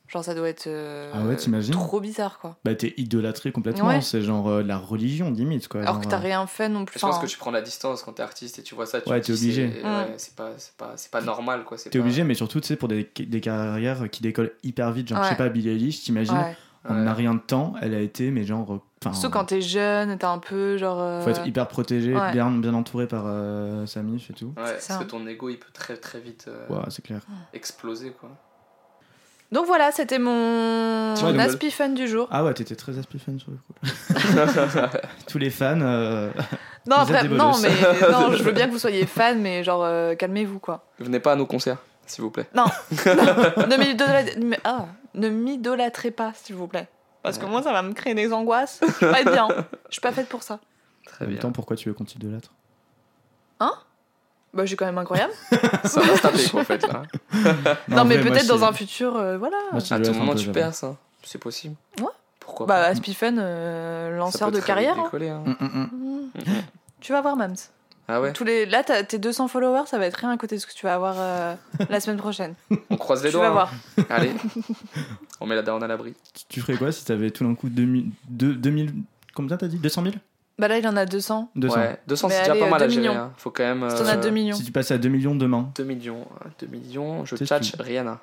S2: genre, ça doit être euh,
S1: Ah ouais, t'imagines
S2: trop bizarre, quoi.
S1: Bah, t'es idolâtré complètement.
S2: Ouais.
S1: C'est genre euh, de la religion, limite. Quoi.
S2: Alors que
S1: Genre,
S2: t'as
S1: euh,
S2: rien fait non plus.
S3: Je pense
S2: Enfin, Mm.
S3: que tu prends la distance quand t'es artiste et tu vois ça. Tu
S1: Ouais,
S3: te
S1: t'es
S3: dis, c'est-
S1: obligé.
S3: Ouais, c'est pas, c'est pas, c'est pas normal quoi. c'est
S1: T'es
S3: pas-
S1: obligé, mais surtout, tu sais, pour des, des carrières qui décollent hyper vite, genre, je sais
S2: Ouais.
S1: pas, Billie Eilish, t'imagines,
S2: ouais.
S1: en
S3: Ouais.
S1: n'a rien de temps, elle a été, mais genre. euh, 'fin,
S2: Surtout quand t'es jeune, t'es un peu genre. euh,
S1: Faut être hyper protégé,
S2: Ouais.
S1: bien, bien entouré par euh, sa miche et tout.
S3: Ouais,
S2: C'est
S3: parce
S2: ça.
S3: que ton ego il peut très très vite euh,
S1: Ouais, c'est clair.
S3: exploser quoi.
S2: Donc voilà, c'était mon
S1: Tiens, donc,
S2: Aspi fun du jour.
S1: Ah ouais, t'étais très aspect fan sur le coup. Tous les fans. euh,
S2: Non,
S1: vous
S2: après,
S1: êtes des
S2: non,
S1: bolosses.
S2: mais non, je veux bien que vous soyez fan, mais genre, euh, calmez-vous, quoi.
S3: Venez pas à nos concerts, s'il vous plaît.
S2: Ne m'idolâtrez- mais- ah, ne m'idolâtrez pas, s'il vous plaît. Euh. Parce que moi, ça va me créer des angoisses. Je vais pas être bien. Je suis pas faite pour ça.
S1: En
S3: Très
S1: même
S3: bien.
S1: temps, pourquoi tu veux qu'on t'idolâtre
S2: Bah, je suis quand même incroyable.
S3: Ça va se taper quoi, en fait là.
S2: non,
S1: en
S2: mais
S1: vrai, moi,
S2: peut-être
S1: je-
S2: dans un futur, euh, voilà.
S1: moi, je
S3: À tout
S1: t'idolâtre un
S3: moment
S1: peu,
S3: tu
S1: j'avoue.
S3: perds ça. C'est possible.
S2: Ouais.
S3: Pourquoi
S2: Bah,
S3: pas
S2: Aspifen, euh,
S3: Ça
S2: lanceur
S3: peut
S2: de
S3: très vite
S2: carrière. hein.
S3: décoller, hein.
S1: Hum, hum, hum.
S2: Mmh.
S3: Mhm.
S2: Tu vas voir, Mams.
S3: Ah ouais
S2: Tous les... Là, t'as- tes 200 followers, ça va être rien à côté de ce que tu vas avoir euh, la semaine prochaine.
S3: On croise les
S2: tu
S3: doigts.
S2: vas
S3: hein.
S2: voir.
S3: Allez. On met la daronne à l'abri.
S1: Tu- Tu ferais quoi si t'avais tout d'un coup 2000. deux- 2000 combien t'as dit 200 000
S2: Bah, là, il en a 200.
S1: 200.
S3: Ouais, 200
S2: Mais
S3: c'est déjà
S2: allez,
S3: pas mal
S2: euh,
S3: à
S2: deux
S3: gérer.
S2: millions.
S3: hein. Faut quand même.
S2: Si t'en as 2 millions.
S1: Si tu passes à 2 millions demain.
S3: 2 millions. hein. 2 millions. Je
S1: Peut-être
S3: tchatche Rihanna.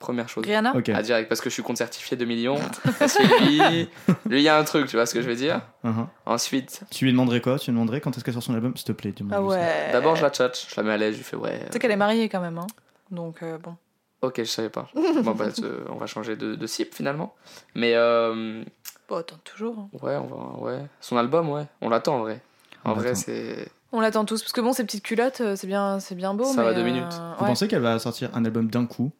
S3: Première chose.
S2: Rihanna
S1: Ok.
S3: À direct, parce que je suis compte certifié 2 millions. Parce que lui, lui, il y a un truc, tu vois ce que je veux dire.
S1: Mhm.
S3: Ensuite,
S1: Tu lui demanderais quoi Tu lui demanderais quand est-ce qu'elle sort son album S'il te plaît, dis-moi
S2: Ah
S1: juste ça.
S2: ouais.
S3: d'abord je la tchatche, je la mets à l'aise, je lui fais ouais.
S2: Tu sais qu'elle est mariée quand même, hein. Donc, euh, bon.
S3: Ok, je savais pas. bon, bah, euh, on va changer de, de cible finalement. Mais euh,
S2: Bon, attends, toujours. hein.
S3: ouais, on va, ouais. Son album, ouais, on l'attend en vrai. En
S1: On
S2: Ah
S3: vrai,
S1: l'attend.
S3: c'est.
S2: On l'attend tous, parce que bon, ces petites culottes, euh, c'est bien, c'est bien beau.
S3: Ça
S2: mais,
S3: va deux
S2: euh,
S3: minutes.
S1: Vous
S2: ouais,
S1: pensez qu'elle va sortir un album d'un coup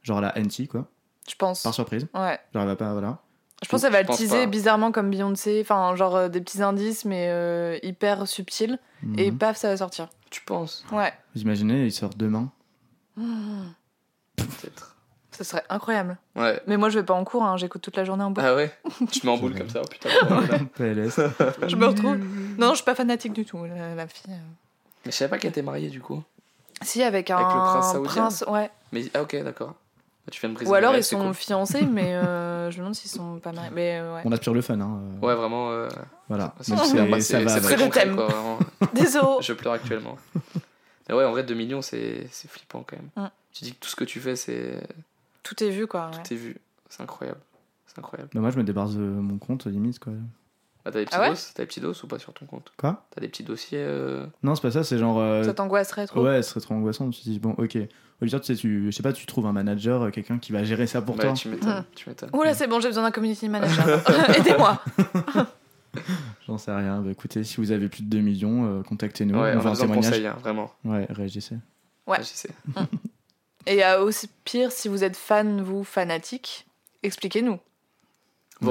S1: Genre la NT, quoi.
S2: Je pense.
S1: Par surprise.
S2: Ouais.
S1: Genre elle va pas. Voilà.
S2: Je pense qu'elle va
S3: Je
S2: le
S3: pense
S2: teaser
S3: pas.
S2: bizarrement comme Beyoncé, enfin, genre euh, des petits indices, mais euh, hyper subtils. Et
S1: Mhm.
S2: paf, ça va sortir.
S3: Tu penses
S2: Ouais.
S1: Vous imaginez, il sort demain.
S2: Mmh.
S3: Peut-être.
S2: Ça serait incroyable.
S3: Ouais.
S2: Mais moi, je vais pas en cours, hein, j'écoute toute la journée en boucle.
S3: Ah ouais Tu mets en boule comme ça, oh, putain. Mais
S1: PLS.
S3: Ah.
S2: Je me retrouve. Non, je suis pas fanatique du tout, la, la fille. euh.
S3: je savais pas qu'elle était mariée du coup.
S2: Si, avec un
S3: Avec le prince saoudien
S2: ouais.
S3: Mais ah ok, d'accord. Bah, tu viens de briser
S2: Ou
S3: mes
S2: alors,
S3: rêves,
S2: ils
S3: c'est
S2: sont
S3: cool.
S2: fiancés, mais euh, je me demande s'ils sont pas mariés. Mais euh, ouais.
S1: On aspire le fun, hein. euh,
S3: Ouais, vraiment. euh,
S1: Voilà.
S3: c'est-
S1: Donc,
S3: c'est-
S1: c'est-
S3: Bah, c'est-
S1: ça va.
S3: c'est
S1: avec.
S3: très
S2: Je
S3: concret,
S2: t'aime.
S3: quoi, vraiment.
S2: Désolé.
S3: Je pleure actuellement. Mais ouais, en vrai, 2 millions, c'est c'est flippant quand même.
S2: Mm.
S3: Tu dis que tout ce que tu fais, c'est
S2: Tout est vu, quoi. ouais.
S3: tout est vu. C'est incroyable. C'est incroyable.
S1: Bah, moi, je me débarrasse de mon compte, limite, quoi.
S3: Bah, t'as des petits
S2: Ah ouais
S3: doses T'as des petits doses ou pas sur ton compte
S1: Quoi
S3: T'as des petits dossiers euh,
S1: Non, c'est pas ça, c'est genre. euh,
S2: Ça t'angoisserait trop.
S1: Ouais, ce serait trop angoissant. Tu te dis, bon, ok. Au lieu de ça, tu sais, tu, je sais pas, tu trouves un manager, euh, quelqu'un qui va gérer ça pour
S3: ouais,
S1: toi.
S3: bah, tu m'étonnes. Tu m'étonnes.
S2: Oula, c'est bon, j'ai besoin d'un community manager. Aidez-moi.
S1: J'en sais rien. Bah, écoutez, si vous avez plus de 2 millions, euh, contactez-nous.
S3: Ouais,
S1: on
S3: on a
S1: fait un
S3: besoin de
S1: témoignage.
S3: conseils, hein, vraiment.
S1: Ouais, réagissez.
S2: Ouais.
S3: Ah, je sais.
S2: Et il y a aussi pire, si vous êtes fan, vous fanatique, expliquez-nous.
S3: Vos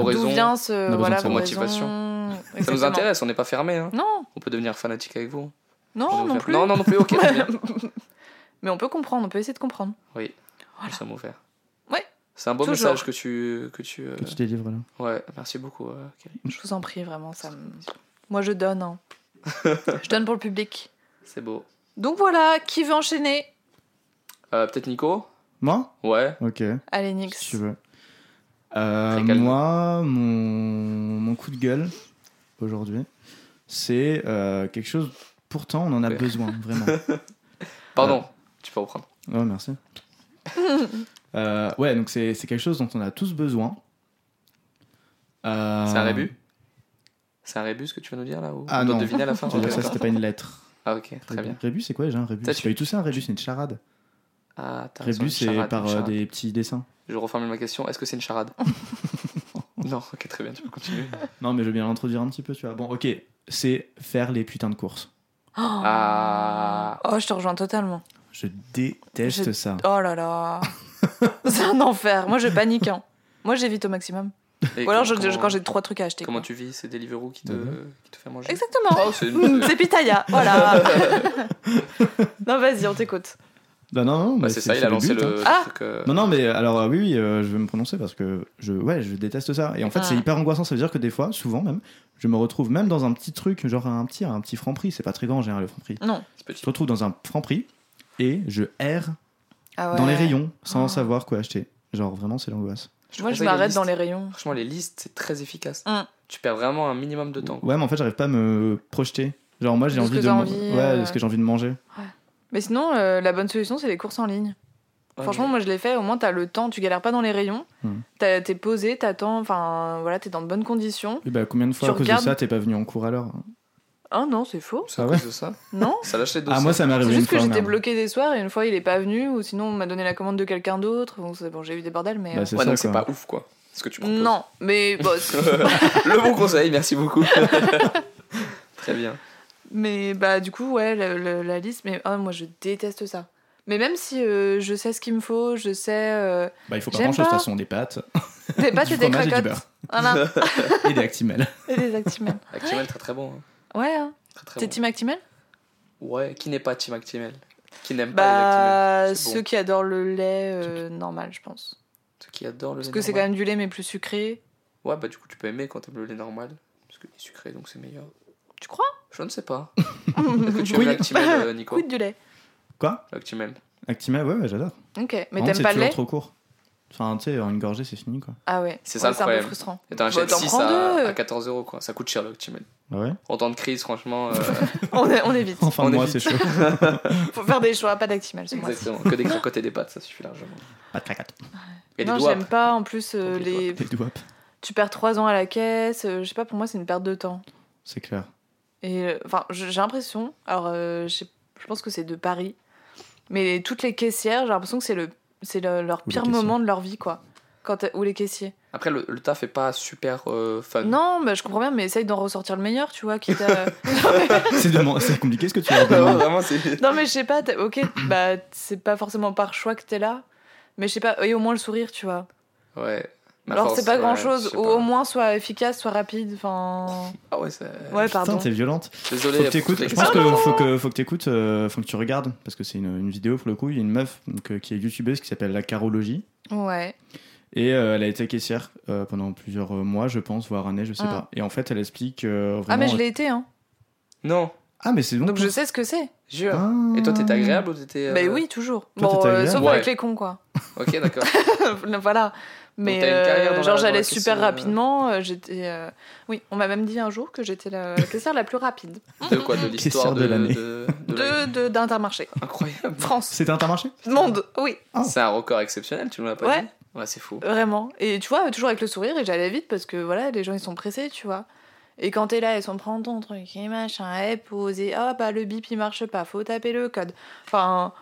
S1: D'où
S2: D'où
S3: raisons.
S2: vient ce,
S1: besoin
S2: voilà,
S1: de sa
S2: vos
S3: motivation.
S2: raisons.
S3: Ça nous
S2: Exactement.
S3: intéresse, on n'est pas fermé. Hein.
S2: Non,
S3: On peut devenir fanatique avec vous.
S2: non,
S3: Nous
S2: non
S3: faire-
S2: plus.
S3: Non, non, non plus, ok. très bien.
S2: Mais on peut comprendre, on peut essayer de comprendre.
S3: Oui, nous
S2: Voilà.
S3: sommes ouverts.
S2: Ouais.
S3: C'est un beau
S2: Toujours.
S3: message que tu. Que tu, euh,
S1: Que tu délivres là.
S3: Ouais, merci beaucoup, euh, Kelly.
S2: Je vous en prie, vraiment, ça me- Moi, je donne. hein. je donne pour le public.
S3: C'est beau.
S2: Donc voilà, qui veut enchaîner
S3: Euh, Peut-être Nico
S1: Moi
S3: Ouais.
S1: Ok,
S2: Allez,
S1: si
S2: Nix.
S1: tu veux. Euh,
S3: Très calme.
S1: moi, mon, mon coup de gueule aujourd'hui, c'est euh, quelque chose. Pourtant, on en a
S3: Ouais.
S1: besoin, vraiment.
S3: Pardon,
S1: Euh.
S3: tu peux reprendre.
S1: Oh, merci. Euh, ouais, donc c'est c'est quelque chose dont on a tous besoin. Euh,
S3: C'est un rébus C'est un rébus ce que tu vas nous dire là ou
S1: Ah,
S3: On doit
S1: non.
S3: deviner à la fin
S1: tu veux dire
S3: Ok,
S1: ça,
S3: d'accord.
S1: c'était pas une lettre.
S3: Ah ok, très bien.
S1: Rébus, c'est quoi déjà un rébus
S3: Ça,
S1: C'est
S3: tu-
S1: pas du tout ça un rébus, c'est une charade.
S3: Ah, t'as raison,
S1: Rébus,
S3: une
S1: c'est
S3: charade,
S1: par
S3: une
S1: euh,
S3: charade.
S1: des petits dessins.
S3: Je reformule ma question, est-ce que c'est une charade Non, ok, très bien, tu peux continuer.
S2: Oh.
S1: Non, mais je veux bien l'introduire un petit peu, tu vois. Bon, ok, c'est faire les putains de courses.
S2: Oh.
S3: Ah.
S2: Oh, je te rejoins totalement.
S1: Je déteste
S2: Je-
S1: ça.
S2: Oh là là. c'est un enfer. Moi, je panique. hein. Moi, j'évite au maximum.
S3: Et
S2: Ou alors, je-
S3: comment-
S2: je- quand j'ai trois trucs à acheter.
S3: Comment
S2: quoi.
S3: tu vis C'est Deliveroo qui te,
S1: Mhm.
S3: qui te fait manger
S2: Exactement.
S3: Oh, c'est
S2: Mm,
S3: une...
S2: c'est Pitaya, voilà. non, vas-y, on t'écoute.
S1: Non, non, non.
S3: Bah,
S1: mais
S3: c'est ça, il a lancé
S1: but, hein.
S3: le
S2: Ah
S3: truc. euh,
S1: Non, non, mais alors euh, oui, oui, euh, je vais me prononcer parce que je, ouais, je déteste ça. Et en fait,
S2: Ah.
S1: c'est hyper angoissant. Ça veut dire que des fois, souvent même, je me retrouve même dans un petit truc, genre un petit, un petit franc prix. C'est pas très grand en général le franc prix.
S3: c'est petit.
S1: Je me retrouve dans un franc prix et je erre
S2: Ah ouais.
S1: dans les rayons sans
S2: Ah.
S1: savoir quoi acheter. Genre vraiment, c'est l'angoisse.
S3: te
S2: Moi, je
S3: conseille
S2: m'arrête
S3: listes.
S2: dans les rayons.
S3: Franchement, les listes, c'est très efficace.
S2: Hum.
S3: Tu perds vraiment un minimum de temps.
S1: Ouais, mais en fait, j'arrive pas à me projeter. Genre moi, j'ai
S2: De ce
S1: envie
S2: que
S1: de,
S2: t'as
S1: man-
S2: envie,
S1: ouais,
S2: euh.
S1: de ce que j'ai envie de manger.
S2: Mais sinon, euh, la bonne solution, c'est les courses en ligne.
S3: Ouais,
S2: Franchement,
S3: mais-
S2: moi, je l'ai fait. Au moins, t'as le temps, tu galères pas dans les rayons.
S1: Hmm.
S2: T'as- T'es posé, t'attends, enfin, voilà, t'es dans de bonnes conditions.
S1: Et bah combien de fois
S2: Tu
S1: à cause
S2: regardes-
S1: de ça, t'es pas venu en cours alors
S2: Ah non, c'est faux.
S3: c'est à
S1: Ah ouais.
S3: cause de ça.
S2: Non
S3: Ça lâche les deux.
S1: Ah moi, ça m'est
S2: C'est
S1: arrivé une
S2: juste que
S1: fois.
S2: j'étais
S1: merde.
S2: bloquée des soirs et une fois il est pas venu ou sinon on m'a donné la commande de quelqu'un d'autre. Bon, c'est- bon, j'ai eu des bordels mais...
S1: Bah,
S2: euh,
S1: c'est
S3: Ouais,
S1: ça,
S3: donc c'est
S1: quoi.
S3: pas ouf, quoi. Ce que tu proposes.
S2: non, mais... bon, c'est-
S3: le bon conseil, merci beaucoup. Très bien.
S2: Mais bah du coup ouais le- le- la liste mais ah, moi je déteste ça. Mais même si euh, je sais ce qu'il me faut, je sais euh,
S1: Bah il faut pas
S2: J'aime
S1: grand chose de
S2: pas.
S1: toute façon, des pâtes,
S2: des pâtes
S1: du
S2: et des
S1: fromage et du
S2: cracottes.
S1: beurre
S2: Voilà,
S1: et des actimels.
S2: et des actimels.
S3: Actimel, très très bon. hein.
S2: Ouais. Hein.
S3: Très, très
S2: T'es
S3: bon.
S2: team actimel
S3: Ouais, qui n'est pas Team Actimel Qui n'aime pas les
S2: Bah
S3: Actimel C'est bon.
S2: ceux qui adorent le lait euh, normal, je pense.
S3: Ceux qui adorent le
S2: Parce
S3: lait
S2: que c'est quand
S3: normal.
S2: même du lait mais plus sucré.
S3: Ouais, bah du coup, tu peux aimer quand t'aimes le lait normal. Parce qu'il est sucré, donc c'est meilleur.
S2: Tu crois
S3: Je ne sais pas. Est-ce que tu aimes
S2: Quid
S3: l'Actimel, euh, Nico
S2: du lait.
S1: Quoi
S3: L'actimel.
S1: Actimel, ouais, ouais j'adore.
S2: OK, mais
S1: Par contre,
S2: t'aimes
S1: c'est
S2: pas le
S1: toujours
S2: lait
S1: trop court. Enfin, tu sais, en une gorgée, c'est fini, quoi.
S2: Ah ouais.
S3: C'est ça
S2: Ouais,
S3: le
S2: c'est un peu
S3: problème.
S2: frustrant.
S3: Et t'as un
S2: Bah,
S3: chèque
S2: t'en
S3: 6
S2: prends deux.
S3: à, à 14 euros, quoi. Ça coûte cher, l'Actimel.
S1: Ouais.
S3: En temps de crise, franchement. euh,
S2: On, est- on évite.
S1: En fin
S3: On
S1: de mois,
S3: évite.
S1: c'est chaud.
S2: Faut faire des choix, pas d'actimel ce mois-ci.
S3: exactement. Que des cracottes et des pâtes, ça suffit largement.
S2: Ah,
S1: Pas de craquette.
S3: Et des
S2: Non,
S3: doigts.
S2: j'aime pas en plus euh,
S3: Donc, les
S2: les
S1: Des douaps,
S2: tu perds trois ans à la caisse, euh, je sais pas, pour moi c'est une perte de temps.
S1: c'est clair.
S2: Et euh, enfin, je- j'ai l'impression, alors euh, je sais- je pense que c'est de Paris, mais toutes les caissières, j'ai l'impression que c'est le c'est le- leur
S1: les
S2: pire
S1: caissiers.
S2: moment de leur vie quoi. Quand t'as- ou les caissiers.
S3: Après, le, le taf est pas super euh, fun.
S2: Non, bah, je comprends bien, mais essaye d'en ressortir le meilleur, tu vois. Quitte à...
S1: C'est demand- c'est compliqué ce que tu as
S3: Non,
S1: demandé.
S3: vraiment, c'est.
S2: non, mais je sais pas, t'as- ok, bah, c'est pas forcément par choix que t'es là, mais je sais pas, et au moins le sourire, tu vois.
S3: Ouais. Ma
S2: Alors,
S3: force,
S2: c'est pas
S3: ouais,
S2: grand
S3: je
S2: chose,
S3: sais
S2: ou
S3: pas.
S2: au moins soit efficace, soit rapide, enfin.
S3: Ah ouais, c'est.
S2: Ouais,
S1: Euh, Putain,
S2: pardon.
S1: t'es violente.
S3: Désolé.
S1: Faut que
S3: pour
S1: t'écoutes.
S3: toute
S1: Je pense
S3: l'expérience.
S1: que faut que, faut que t'écoutes, euh, faut que tu regardes, parce que c'est une, une vidéo pour le coup. Il y a une meuf donc, euh, qui est youtubeuse qui s'appelle la Carologie,
S2: Ouais.
S1: et euh, elle a été caissière euh, pendant plusieurs euh, mois, je pense, voire années, je sais
S2: Mm.
S1: pas. Et en fait, elle explique euh, vraiment.
S2: Ah, mais je l'ai été, hein.
S3: Non,
S1: Ah, mais c'est bon.
S2: Donc je sais ce que c'est.
S3: jure.
S1: Ah.
S3: Et toi, t'étais agréable ou t'étais. euh,
S2: Bah oui, toujours.
S1: Toi,
S2: bon,
S1: t'étais
S2: euh,
S1: agréable.
S2: sauf
S3: Ouais.
S2: avec les cons, quoi.
S3: Ok, d'accord.
S2: voilà. Mais
S3: t'as une carrière
S2: euh,
S3: dans la-
S2: genre,
S3: dans la
S2: j'allais
S3: caisse,
S2: super
S3: euh,
S2: rapidement. euh, j'étais. euh, Oui, on m'a même dit un jour que j'étais la la caissière la plus rapide
S3: De quoi De l'histoire
S1: Caissière de
S3: de,
S1: l'année.
S3: de- de la-
S2: de de- d'Intermarché.
S3: Incroyable.
S2: France.
S1: C'était Intermarché
S2: Monde. Oui,
S1: Oh.
S3: C'est un record exceptionnel, tu nous l'as pas
S2: Ouais.
S3: dit Ouais, c'est fou.
S2: vraiment. Et tu vois, toujours avec le sourire, et j'allais vite parce que voilà, les gens ils sont pressés, tu vois. Et quand t'es là, ils sont prends ton truc, et machin, et posé. Ah bah le bip il marche pas, faut taper le code. Enfin.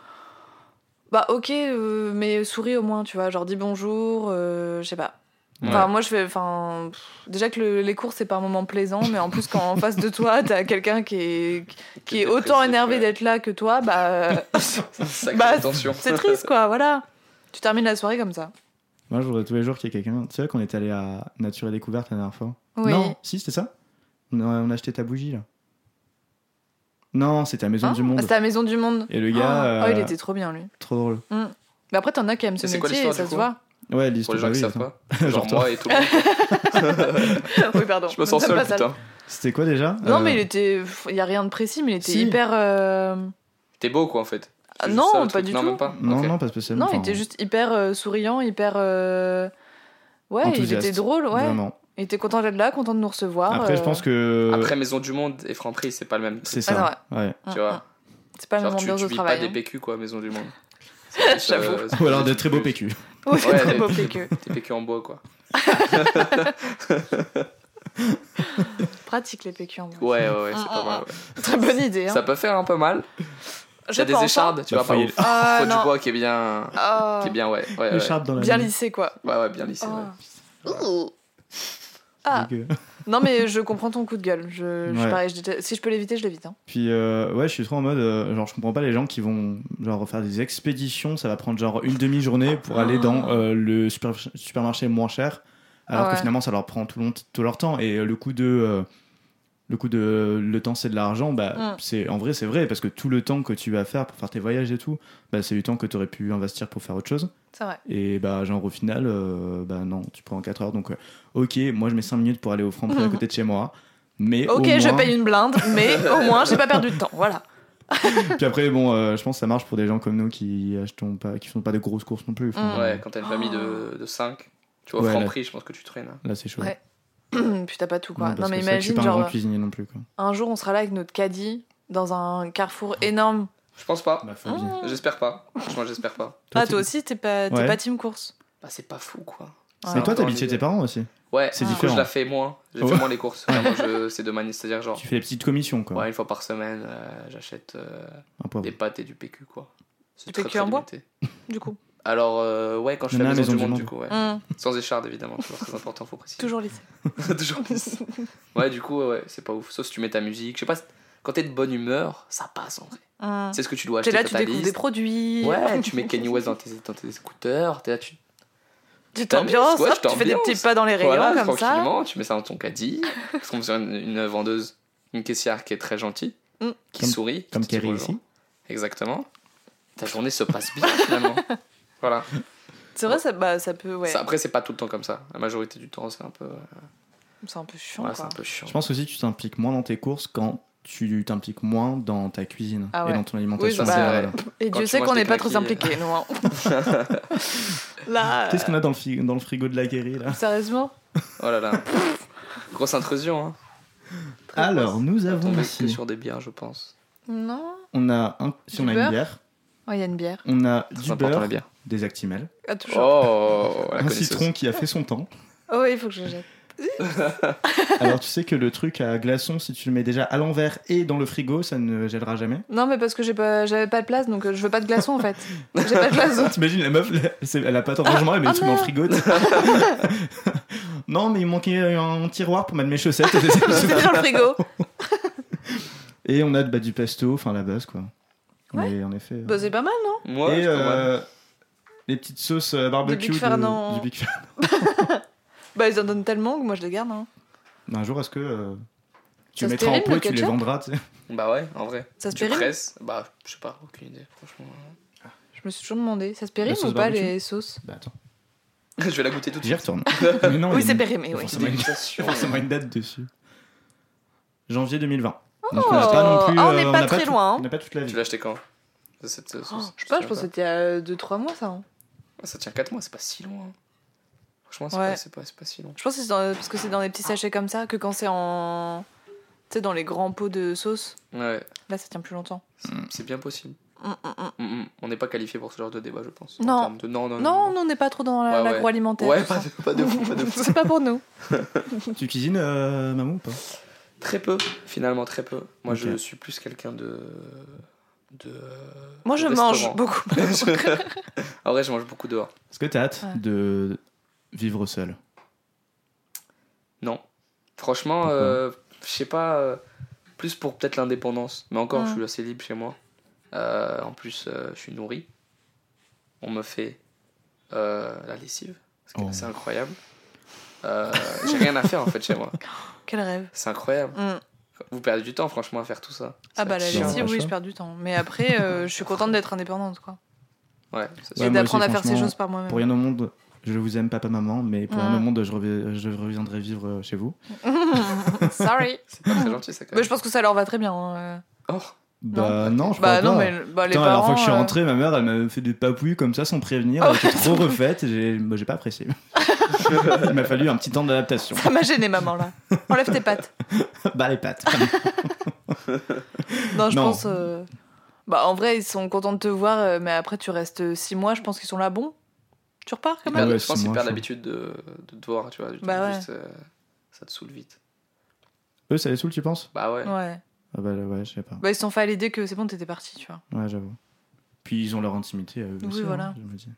S2: Bah ok, euh, mais souris au moins, tu vois. Genre dis bonjour, euh, je sais pas.
S3: Ouais.
S2: Enfin, moi, je fais. Enfin, pff, déjà que le- les cours, c'est pas un moment plaisant, mais en plus, quand en face de toi, t'as quelqu'un qui est, qui est autant
S3: Dépressif,
S2: énervé
S3: ouais.
S2: d'être là que toi, bah, euh,
S3: Sacrée
S2: Bah,
S3: tension.
S2: c'est triste, quoi, voilà. Tu termines la soirée comme ça.
S1: Moi, je voudrais tous les jours qu'il y ait quelqu'un. Tu sais qu'on est allé à Nature et Découverte la dernière fois
S2: Oui.
S1: Non, si, c'était ça on a, on a acheté ta bougie, là. Non, c'était à Maison
S2: Ah,
S1: du Monde.
S2: C'était à la Maison du Monde.
S1: Et le
S2: Oh,
S1: gars. euh,
S2: oh, il était trop bien, lui.
S1: Trop drôle.
S2: Mais après, t'en as qui aiment ce
S3: Mais c'est quoi
S2: métier, et
S3: l'histoire,
S2: ça
S3: du
S2: se
S3: coup
S2: voit.
S1: Ouais,
S3: Pour
S1: l'histoire.
S3: les gens qui savent
S1: bah oui,
S3: pas. Genre
S1: Genre toi.
S3: moi et tout le monde.
S2: oui, pardon.
S3: Je me sens
S2: C'est
S3: seul,
S2: pas ça.
S3: putain.
S1: C'était quoi déjà
S2: Non,
S1: Euh,
S2: mais il était. pff, Il y a rien de précis, mais il était
S1: si.
S2: hyper. euh,
S3: T'es beau quoi en fait C'est
S2: Ah,
S3: juste
S2: non,
S3: ça, le
S2: pas du
S3: non,
S2: tout.
S3: Même pas
S1: Non,
S3: Ok.
S1: non, pas spécialement.
S2: Non, il
S1: Enfin,
S2: était juste hyper euh, souriant, hyper. euh, Ouais, il
S1: Enthousiaste.
S2: était drôle, ouais.
S1: Vraiment.
S2: Il était content d'être là, content de nous recevoir.
S1: Après, je
S2: euh,
S1: pense que.
S3: Après Maison du Monde et Franprix, c'est pas le même.
S1: c'est
S3: truc,
S1: ça. Ouais.
S2: hum,
S3: tu vois.
S2: hum. C'est pas la
S3: Genre,
S2: même
S3: tu,
S2: ambiance
S3: tu
S2: de
S3: vis pas
S2: travail.
S3: des
S2: hein.
S3: PQ quoi, Maison du Monde. C'est plus, euh,
S2: J'avoue.
S3: c'est
S1: Ou alors
S3: plus-
S1: des très beaux
S3: plus-
S1: PQ.
S2: Ouais,
S3: Ouais,
S2: très
S3: des-
S2: beau PQ.
S3: Des PQ en bois quoi.
S2: Pratique les PQ en vrai.
S3: Ouais, ouais, ouais, c'est
S2: Ah,
S3: pas mal. ouais.
S2: Très bonne idée. Hein.
S3: Ça peut faire un peu mal.
S2: Je
S3: T'as des
S2: pense, hein.
S3: échardes, tu
S1: Bah,
S3: vois,
S1: faut
S3: par
S1: y
S3: ouf.
S2: Ah,
S3: Faut du
S2: non.
S3: bois qui est bien.
S2: Ah,
S3: Qui est bien, ouais. Ouais, ouais.
S1: Écharpe dans la
S2: bien
S1: nuit.
S2: lissé, quoi.
S3: Ouais, ouais, bien lissé. ouais.
S2: Ah. Ouh. Ah.
S1: Dégueu.
S2: Non, mais je comprends ton coup de gueule. Je, je suis
S1: Ouais.
S2: pareil, je déteste- si je peux l'éviter, je l'évite. hein.
S1: Puis euh, ouais, je suis trop en mode euh, genre je comprends pas les gens qui vont genre faire des expéditions, ça va prendre genre une demi-journée pour aller dans euh, le super- supermarché moins cher alors
S2: Ah
S1: que
S2: ouais.
S1: finalement ça leur prend tout, long- tout leur temps et euh, le coût de euh, le coût de euh, le temps c'est de l'argent, bah
S2: Mm.
S1: c'est en vrai c'est vrai parce que tout le temps que tu vas faire pour faire tes voyages et tout, bah c'est du temps que tu aurais pu investir pour faire autre chose
S2: C'est vrai.
S1: et bah genre au final euh, bah non, tu prends 4 heures donc euh, OK, moi je mets 5 minutes pour aller au Franprix à côté de chez moi. Mais
S2: Mm.
S1: au
S2: Ok, je
S1: moins-
S2: paye une blinde, mais au moins, j'ai pas perdu de temps. Voilà.
S1: Puis après, bon, euh, je pense que ça marche pour des gens comme nous qui achetons pas, qui font pas de grosses courses non plus. Enfin,
S2: Mm.
S3: Ouais, quand t'as une famille
S2: Oh.
S3: de, 5, tu vois,
S1: Ouais, là.
S3: Franprix, je pense que tu traînes. hein.
S1: Là, c'est chaud.
S2: Ouais, Puis t'as pas tout, quoi.
S1: Non,
S2: Non,
S1: parce
S2: mais
S1: que c'est vrai que je suis
S2: imagine,
S1: pas un grand
S2: genre, euh,
S1: cuisinier non plus. Quoi.
S2: un jour, on sera là avec notre caddie dans un carrefour énorme.
S3: Je pense pas.
S1: Ma
S2: Ah.
S3: J'espère pas. Franchement, j'espère pas.
S2: Ah, toi aussi, t'es pas, t'es
S1: Ouais.
S2: pas team course.
S3: Bah, c'est pas fou quoi.
S2: Ouais.
S1: Mais toi,
S3: Encore
S1: t'habites chez
S3: l'idée.
S1: tes parents aussi.
S3: Ouais,
S1: C'est
S3: du coup,
S1: différent.
S3: je la fais moins. J'ai
S1: Oh.
S3: fait moins les courses. Vraiment, je- c'est de manière. C'est-à-dire, genre,
S1: Tu fais des petites commissions, quoi.
S3: ouais, une fois par semaine, euh, j'achète euh,
S1: Un pauvre.
S3: des pâtes et du PQ quoi. C'est
S2: Du PQ en bois du coup.
S3: Alors, euh, ouais, quand
S1: Il
S3: je fais
S1: y en
S3: la
S1: a à
S3: maison, du monde, du coup, ouais.
S2: Hum,
S3: Sans écharde, évidemment, tu vois, très important, faut préciser.
S2: toujours lycée.
S3: Toujours plus. Ouais, du coup, ouais, c'est pas ouf. Sauf si tu mets ta musique. Je sais pas, quand t'es de bonne humeur, ça passe en vrai.
S2: Hum.
S3: C'est ce que tu dois
S2: T'es là,
S3: acheter. t'as
S2: tu
S3: ta
S2: découvres
S3: liste.
S2: des produits.
S3: Ouais, tu mets Kanye West dans tes, dans tes écouteurs, t'es là, tu
S2: Tu
S3: t'ambiances,
S2: t'ambiances,
S3: ouais,
S2: hop,
S3: tu
S2: tu fais des petits
S3: t'ambiances.
S2: pas dans les rayons
S3: voilà,
S2: comme ça.
S3: tranquillement, tu mets ça dans ton caddie. Parce qu'on me sur une, une vendeuse, une caissière qui est très gentille,
S2: Mm.
S3: qui
S1: Comme-
S3: sourit. qui
S1: Comme
S3: te dit
S1: Kerry
S3: bonjour.
S1: ici.
S3: Exactement. Ta journée se passe bien finalement. Voilà.
S2: C'est vrai, ça, bah, ça peut, ouais.
S3: Ça, après, c'est pas tout le temps comme ça. La majorité du temps, c'est un peu, euh,
S2: C'est un peu chiant,
S3: voilà, c'est
S2: quoi.
S3: un peu chiant.
S1: Je pense aussi que tu t'impliques moins dans tes courses quand tu t'impliques moins dans ta cuisine
S2: Ah ouais.
S1: et dans ton alimentation.
S2: Oui, bah,
S1: en général.
S2: Et
S3: Quand
S2: Dieu
S3: tu
S2: sait
S3: manges
S2: qu'on
S3: des
S2: n'est pas très
S3: knackis, euh.
S2: impliqués, nous. hein. Là, euh,
S1: Qu'est-ce qu'on a dans le, fi- dans le frigo de la Kerry, là
S2: sérieusement
S3: Oh là là. Grosse intrusion. Hein.
S2: Très
S1: Alors,
S2: grosse.
S1: nous
S3: On
S1: avons
S3: met que
S1: ici.
S3: sur des bières, je pense.
S2: Non
S1: On a un, si
S2: Du
S1: on a une
S2: beurre.
S1: bière,
S2: Oh, il y a une bière.
S1: on a
S3: Très
S1: du
S3: important,
S1: beurre,
S3: la bière.
S1: des actimels,
S2: Ah, toujours.
S3: Oh, la
S1: un
S3: connaisseuse.
S1: citron qui a fait son temps.
S2: Oh, il faut que je jette.
S1: Alors tu sais que le truc à glaçon, si tu le mets déjà à l'envers et dans le frigo, ça ne gèlera jamais.
S2: Non, mais parce que j'ai pas- j'avais pas de place, donc euh, je veux pas de glaçons, en fait. J'ai pas de glaçons.
S1: T'imagines la meuf, là, c'est- elle a pas tant d'argent, elle met
S2: ah
S1: le truc dans le
S2: merde.
S1: frigo. t'sais. non mais il manquait un tiroir pour mettre mes chaussettes. et c'est-
S2: C'est dans le frigo.
S1: et on a bah, du pesto, enfin la base quoi.
S2: Ouais.
S1: Mais en effet. euh.
S2: Bah, c'est pas mal, non
S3: Moi,
S1: et
S3: je trouve, ouais.
S1: euh, les petites sauces euh, barbecue
S2: Big
S1: de-
S2: Fernand.
S1: du Big Fernand.
S2: Bah, ils en donnent tellement que moi, je les garde. Hein.
S1: Un jour, est-ce que euh, tu
S2: Ça se
S1: mettras en
S2: périme,
S1: pot
S2: le
S1: et tu les
S2: ketchup
S1: vendras t'sais.
S3: Bah ouais, en vrai.
S2: Ça se
S3: Tu
S2: périme
S3: presses Bah, je sais pas, aucune idée, franchement.
S2: Je me suis toujours demandé. Ça se périme
S1: sauce
S2: ou pas,
S1: barbecue
S2: les sauces
S1: Bah attends,
S3: je vais la goûter tout de
S1: j'y
S3: suite.
S1: retourne. Mais non, Oh, il y
S2: Oui,
S1: a
S2: c'est
S1: une-
S2: périmé, oui.
S1: forcément une-
S3: Dégustation.
S1: forcément une date dessus. Janvier 2020.
S2: Oh,
S1: Donc, on n'a pas non plus,
S2: ah, on
S1: euh,
S2: n'est
S1: on
S2: pas
S1: n'a
S2: très
S1: tout-
S2: loin, hein.
S1: On n'a pas toute la vie.
S3: Tu l'as acheté quand Cette, euh,
S2: Oh,
S3: sauce,
S2: je sais pas, je
S3: sais
S2: pense que c'était il y a 2-3 mois, ça. hein.
S3: Ah, Ça tient 4 mois, c'est pas si loin. Franchement, c'est
S2: Ouais.
S3: pas, c'est pas, c'est pas si long.
S2: Je pense que c'est dans- parce que c'est dans des petits sachets comme ça que quand c'est en. Tu sais, dans les grands pots de sauce,
S3: Ouais,
S2: là ça tient plus longtemps.
S3: c'est- c'est bien possible.
S2: Mm, mm, mm.
S3: Mm, mm. On n'est pas qualifié pour ce genre de débat, je pense. en
S2: Non.
S3: termes de- Non, non,
S2: Non, non, on n'est pas trop dans la-
S3: Ouais, ouais.
S2: l'agroalimentaire.
S3: Ouais,
S2: tout
S3: pas
S2: ça.
S3: de, pas de fou, pas de fou.
S2: c'est pas pour nous.
S1: Tu cuisines, euh, maman, ou pas
S3: Très peu, finalement, très peu. Moi,
S1: Ok.
S3: je suis plus quelqu'un de. de.
S2: Moi
S3: de
S2: je
S3: restaurant.
S2: mange beaucoup.
S3: Je- en vrai, je mange beaucoup dehors.
S1: Est-ce que t'as hâte
S2: Ouais.
S1: de vivre seul
S3: Non. Franchement,
S1: Pourquoi
S3: euh, je sais pas. euh, plus pour peut-être l'indépendance. Mais encore,
S2: Ouais.
S3: je suis assez libre chez moi. Euh, en plus, euh, je suis nourri. On me fait euh, la lessive. ce qui est
S1: Oh.
S3: assez incroyable. Euh, J'ai rien à faire en fait chez moi.
S2: Quel rêve.
S3: C'est incroyable.
S2: Mm.
S3: Vous perdez du temps, franchement, à faire tout ça.
S2: Ah bah la
S3: C'est
S1: chiant,
S2: lessive,
S1: pas
S2: oui,
S1: ça.
S2: je perds du temps. Mais après, euh, je suis contente d'être indépendante quoi.
S3: Ouais, c'est
S1: Ouais,
S2: Et
S1: moi
S2: d'apprendre
S1: aussi,
S2: à faire ces
S1: franchement,
S2: choses par moi-même.
S1: Pour rien au monde, Je vous aime, papa, maman, mais pour
S2: Mm.
S1: un moment, de- je, revi- je reviendrai vivre euh, chez vous.
S2: Sorry.
S3: C'est pas très gentil, ça, quand
S2: Bah,
S3: même.
S2: je pense que ça leur va très bien. hein, euh.
S3: Oh,
S1: Bah non, je
S2: bah
S1: crois
S2: non,
S1: pas.
S2: mais le- bah, les
S1: Putain, la
S2: parents.
S1: dernière fois que je suis
S2: euh,
S1: rentrée, ma mère, elle m'a fait des papouilles comme ça sans prévenir.
S2: Ah
S1: Elle était trop refaite. et J'ai bah, j'ai pas apprécié. Il m'a fallu un petit temps d'adaptation.
S2: euh, Ça m'a gêné, maman, là. Enlève tes pattes.
S1: bah les pattes.
S2: Non, je
S1: Non.
S2: pense. euh, Bah, en vrai, ils sont contents de te voir, euh, mais après, tu restes six mois, je pense qu'ils sont là, bon. Tu repars
S1: Ah
S2: quand
S3: Ils
S2: même
S3: perdent-
S1: ouais,
S3: je pense
S1: c'est
S3: qu'ils
S1: moins
S3: perdent
S1: chaud.
S3: l'habitude de, de te voir, tu vois.
S2: Bah
S3: juste, euh, ça te saoule vite.
S1: Eux, ça les saoule, tu penses
S3: Bah ouais.
S2: Ouais.
S1: Ah bah ouais, je sais pas.
S2: Bah, ils se sont fait à l'idée que c'est bon, t'étais parti, tu vois.
S1: Ouais, j'avoue. Puis ils ont leur intimité à eux
S2: Oui,
S1: aussi, hein,
S2: voilà.
S1: je me dis.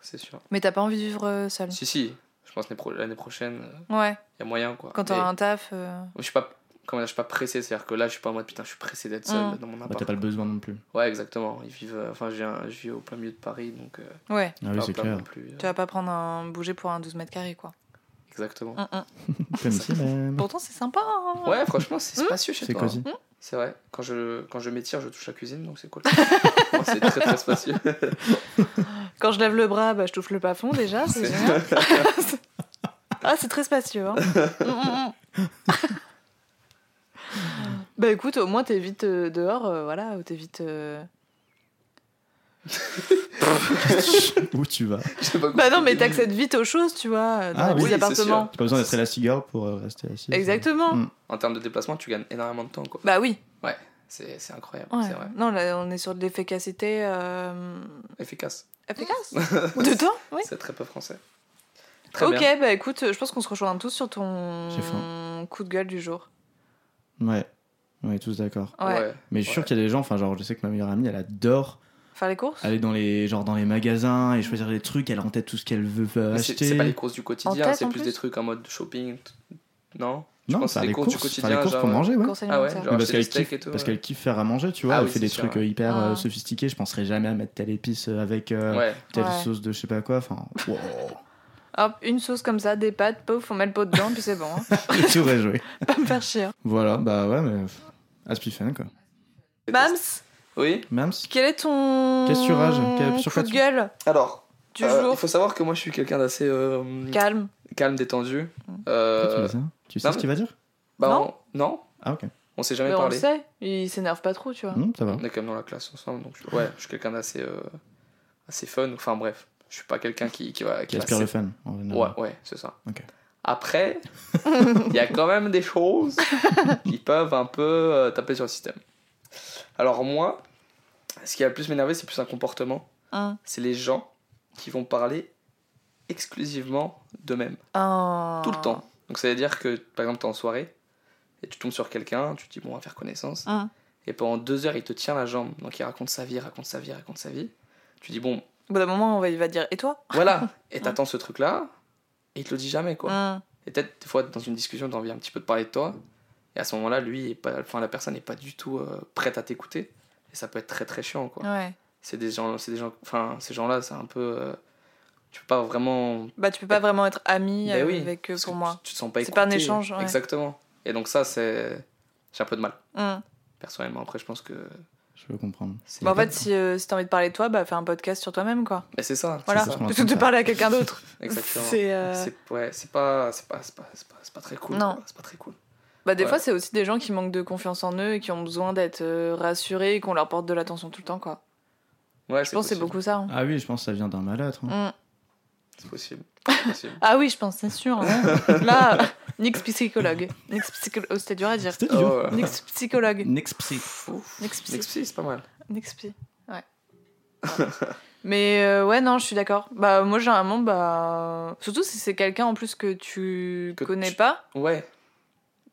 S3: c'est sûr.
S2: Mais t'as pas envie de vivre euh, seul.
S3: Si, si, je pense que l'année pro- l'année prochaine,
S2: Ouais,
S3: il y a moyen, quoi.
S2: quand
S3: Mais
S2: t'auras un taf. euh,
S3: Je suis pas, comment dire, je suis pas pressé, c'est-à-dire que là, je suis pas en mode putain, je suis pressé d'être seul
S2: Mm.
S3: dans mon
S1: Bah,
S3: appart.
S1: t'as pas le besoin non plus.
S3: Ouais, exactement. Ils vivent, euh, enfin, j'ai un- je vis au plein milieu de Paris, donc. euh,
S2: Ouais,
S1: Ah oui,
S3: pas
S1: c'est
S3: plein
S1: clair.
S3: non plus, euh,
S2: tu vas pas prendre un bouger pour un 12 mètres carrés, quoi.
S3: Exactement.
S2: Hum, hum.
S1: Comme ici même.
S2: Pourtant, c'est sympa. hein.
S3: Ouais, franchement, c'est spacieux chez
S1: C'est
S3: toi. hein.
S2: Mmh.
S1: cosy.
S3: C'est vrai. Quand je, quand je m'étire, je touche la cuisine, donc c'est cool. Oh, c'est très très spacieux.
S2: Quand je lève le bras, bah, je touche le plafond déjà, c'est
S3: C'est-
S2: génial. ah, c'est très spacieux. hein. Mm, mm, mm. bah écoute, au moins t'es vite euh, dehors, euh, voilà, ou t'es vite. euh,
S1: Où tu vas
S3: J'ai pas
S2: Bah non,
S3: compris.
S2: mais t'accèdes vite aux choses, tu vois, dans
S1: Ah
S2: les
S1: oui,
S2: petits
S3: c'est
S2: appartements.
S1: T'as pas besoin d'être élastigirl pour euh, rester assis.
S2: Exactement.
S1: Mm.
S3: En termes de déplacement, tu gagnes énormément de temps, quoi.
S2: Bah oui.
S3: C'est c'est incroyable,
S2: ouais.
S3: c'est vrai.
S2: Non, là, on est sur de l'efficacité euh,
S3: Efficace.
S2: efficace. de temps, oui.
S3: C'est très peu français. Très
S2: Ok,
S3: bien.
S2: bah écoute, je pense qu'on se rejoint tous sur ton
S1: J'ai faim.
S2: coup de gueule du jour.
S1: Ouais. On est tous d'accord.
S2: Ouais.
S3: Ouais.
S1: Mais je suis sûr
S3: Ouais.
S1: qu'il y a des gens, enfin genre je sais que ma meilleure amie elle adore
S2: Faire les courses
S1: aller dans les genre dans les magasins et choisir les trucs, elle a en tête tout ce qu'elle veut euh,
S3: Mais c'est-
S1: acheter.
S3: C'est pas les courses du
S2: En
S3: quotidien,
S2: tête,
S3: c'est
S2: en
S3: plus
S2: plus
S3: des trucs en mode shopping. t- Non Je
S1: non, faire
S3: pense que c'est
S1: les
S3: les courses
S1: courses,
S3: du
S1: faire les
S3: quotidien,
S1: courses pour
S3: genre,
S1: manger, ouais.
S2: Courses
S3: Ah ouais,
S2: alimentaires.
S1: Mais
S3: genre
S1: parce
S3: acheter
S1: qu'elle
S3: des steaks
S1: kiffe,
S3: et tout,
S1: parce
S3: ouais.
S1: qu'elle kiffe faire à manger, tu vois,
S3: Ah
S1: elle
S3: oui,
S1: fait
S3: c'est
S1: des
S3: sûr,
S1: trucs
S3: ouais.
S1: euh, hyper euh,
S2: Ah.
S1: sophistiqués, je penserais jamais à mettre telle épice euh, avec euh,
S3: Ouais.
S1: telle
S2: Ouais.
S1: sauce de je sais pas quoi, enfin wow.
S2: Hop, une sauce comme ça, des pâtes, pouf, on met le pot dedans, puis c'est bon. hein.
S1: J'ai tout réjoué.
S2: Pas me faire chier. hein.
S1: Voilà, bah ouais mais Aspifan quoi.
S2: Mams,
S3: Oui
S1: Mams
S2: quel est ton
S1: Qu'est-ce que tu rages Quel- sur
S2: coup
S1: quoi
S2: de
S1: tu-
S2: gueule
S3: Alors,
S2: du
S3: euh, il
S2: jour
S3: faut savoir que moi je suis quelqu'un d'assez euh,
S2: Calme.
S3: calme, détendu.
S2: Mm.
S1: Pourquoi tu
S3: Euh,
S1: dis ça Tu sais
S3: non,
S1: ce qu'il va dire
S3: bah,
S2: Non.
S3: On, non,
S1: Ah OK.
S3: on s'est jamais
S2: Mais Ben, on le
S3: parlé.
S2: sait, il s'énerve pas trop, tu
S3: Ah.
S2: vois.
S1: Hum, ça va.
S3: On est quand même dans la classe ensemble, donc je- ouais, je suis quelqu'un d'assez euh, assez fun. Enfin bref, je suis pas quelqu'un qui, qui va.
S1: Qui
S3: va
S1: aspire le
S3: s'é-
S1: fun en général.
S3: bah, Ouais, ouais, c'est ça.
S1: Ok.
S3: Après, il y a quand même des choses qui peuvent un peu euh, taper sur le système. Alors moi, ce qui va le plus m'énerver, c'est plus un comportement.
S2: Hein.
S3: C'est les gens qui vont parler exclusivement d'eux-mêmes.
S2: Ah.
S3: tout le temps. Donc ça veut dire que, par exemple, t'es en soirée et tu tombes sur quelqu'un, tu te dis bon, on va faire connaissance.
S2: Hein.
S3: Et pendant deux heures, il te tient la jambe. Donc il raconte sa vie, raconte sa vie, raconte sa vie. Tu dis bon,
S2: Au bout d'un moment, on va, il va dire Et toi
S3: voilà. Et t'attends ce truc-là et il te le dit jamais quoi.
S2: Hein.
S3: Et peut-être des fois dans une discussion, t'as envie un petit peu de parler de toi. Et à ce moment-là, lui, est pas, enfin la personne n'est pas du tout euh, prête à t'écouter. Et ça peut être très très chiant quoi.
S2: Ouais.
S3: C'est des gens, c'est des gens, enfin ces gens-là, c'est un peu, euh, tu peux pas vraiment
S2: Bah, tu peux pas vraiment être ami
S3: Ben oui,
S2: avec eux
S3: parce
S2: pour
S3: que
S2: moi.
S3: Tu, tu te sens pas
S2: C'est pas un
S3: écouté.
S2: échange, ouais.
S3: Exactement. Et donc ça, c'est j'ai un peu de mal
S2: Hein.
S3: personnellement. Après, je pense que
S1: Je peux comprendre.
S3: c'est.
S2: Bah, en fait, si, euh, si t'as envie de parler de toi, bah, fais un podcast sur toi-même, quoi.
S3: Mais c'est ça. c'est
S2: Voilà,
S3: ça.
S1: qu'on
S2: plutôt que de
S1: attend, ça.
S2: parler à quelqu'un d'autre.
S3: Exactement.
S2: C'est, euh,
S3: C'est ouais, c'est pas, c'est pas, c'est pas, c'est pas, c'est pas très cool.
S2: Non.
S3: quoi. C'est pas très cool.
S2: Bah, des
S3: Ouais.
S2: fois, c'est aussi des gens qui manquent de confiance en eux et qui ont besoin d'être euh, rassurés et qu'on leur porte de l'attention tout le temps, quoi.
S3: Ouais,
S2: Je pense que c'est
S3: possible.
S2: beaucoup ça. hein.
S1: Ah oui, je pense que ça vient d'un mal-être. hein.
S2: Mm.
S3: C'est possible. C'est possible.
S2: Ah oui, je pense, c'est sûr. hein. Là, euh, Nix psychologue. Nix psychologue. C'était dur à dire.
S1: C'était dur.
S3: Oh, ouais.
S2: Nix psychologue.
S1: Next psy.
S3: Ouf.
S2: Nix psy.
S3: Next Psy, c'est pas mal.
S2: Nix psy. Ouais. Ouais. Mais euh, ouais, non, je suis d'accord. Bah, moi, généralement, bah. Surtout si c'est quelqu'un en plus que tu
S3: Que
S2: connais
S3: tu-
S2: pas.
S3: Ouais.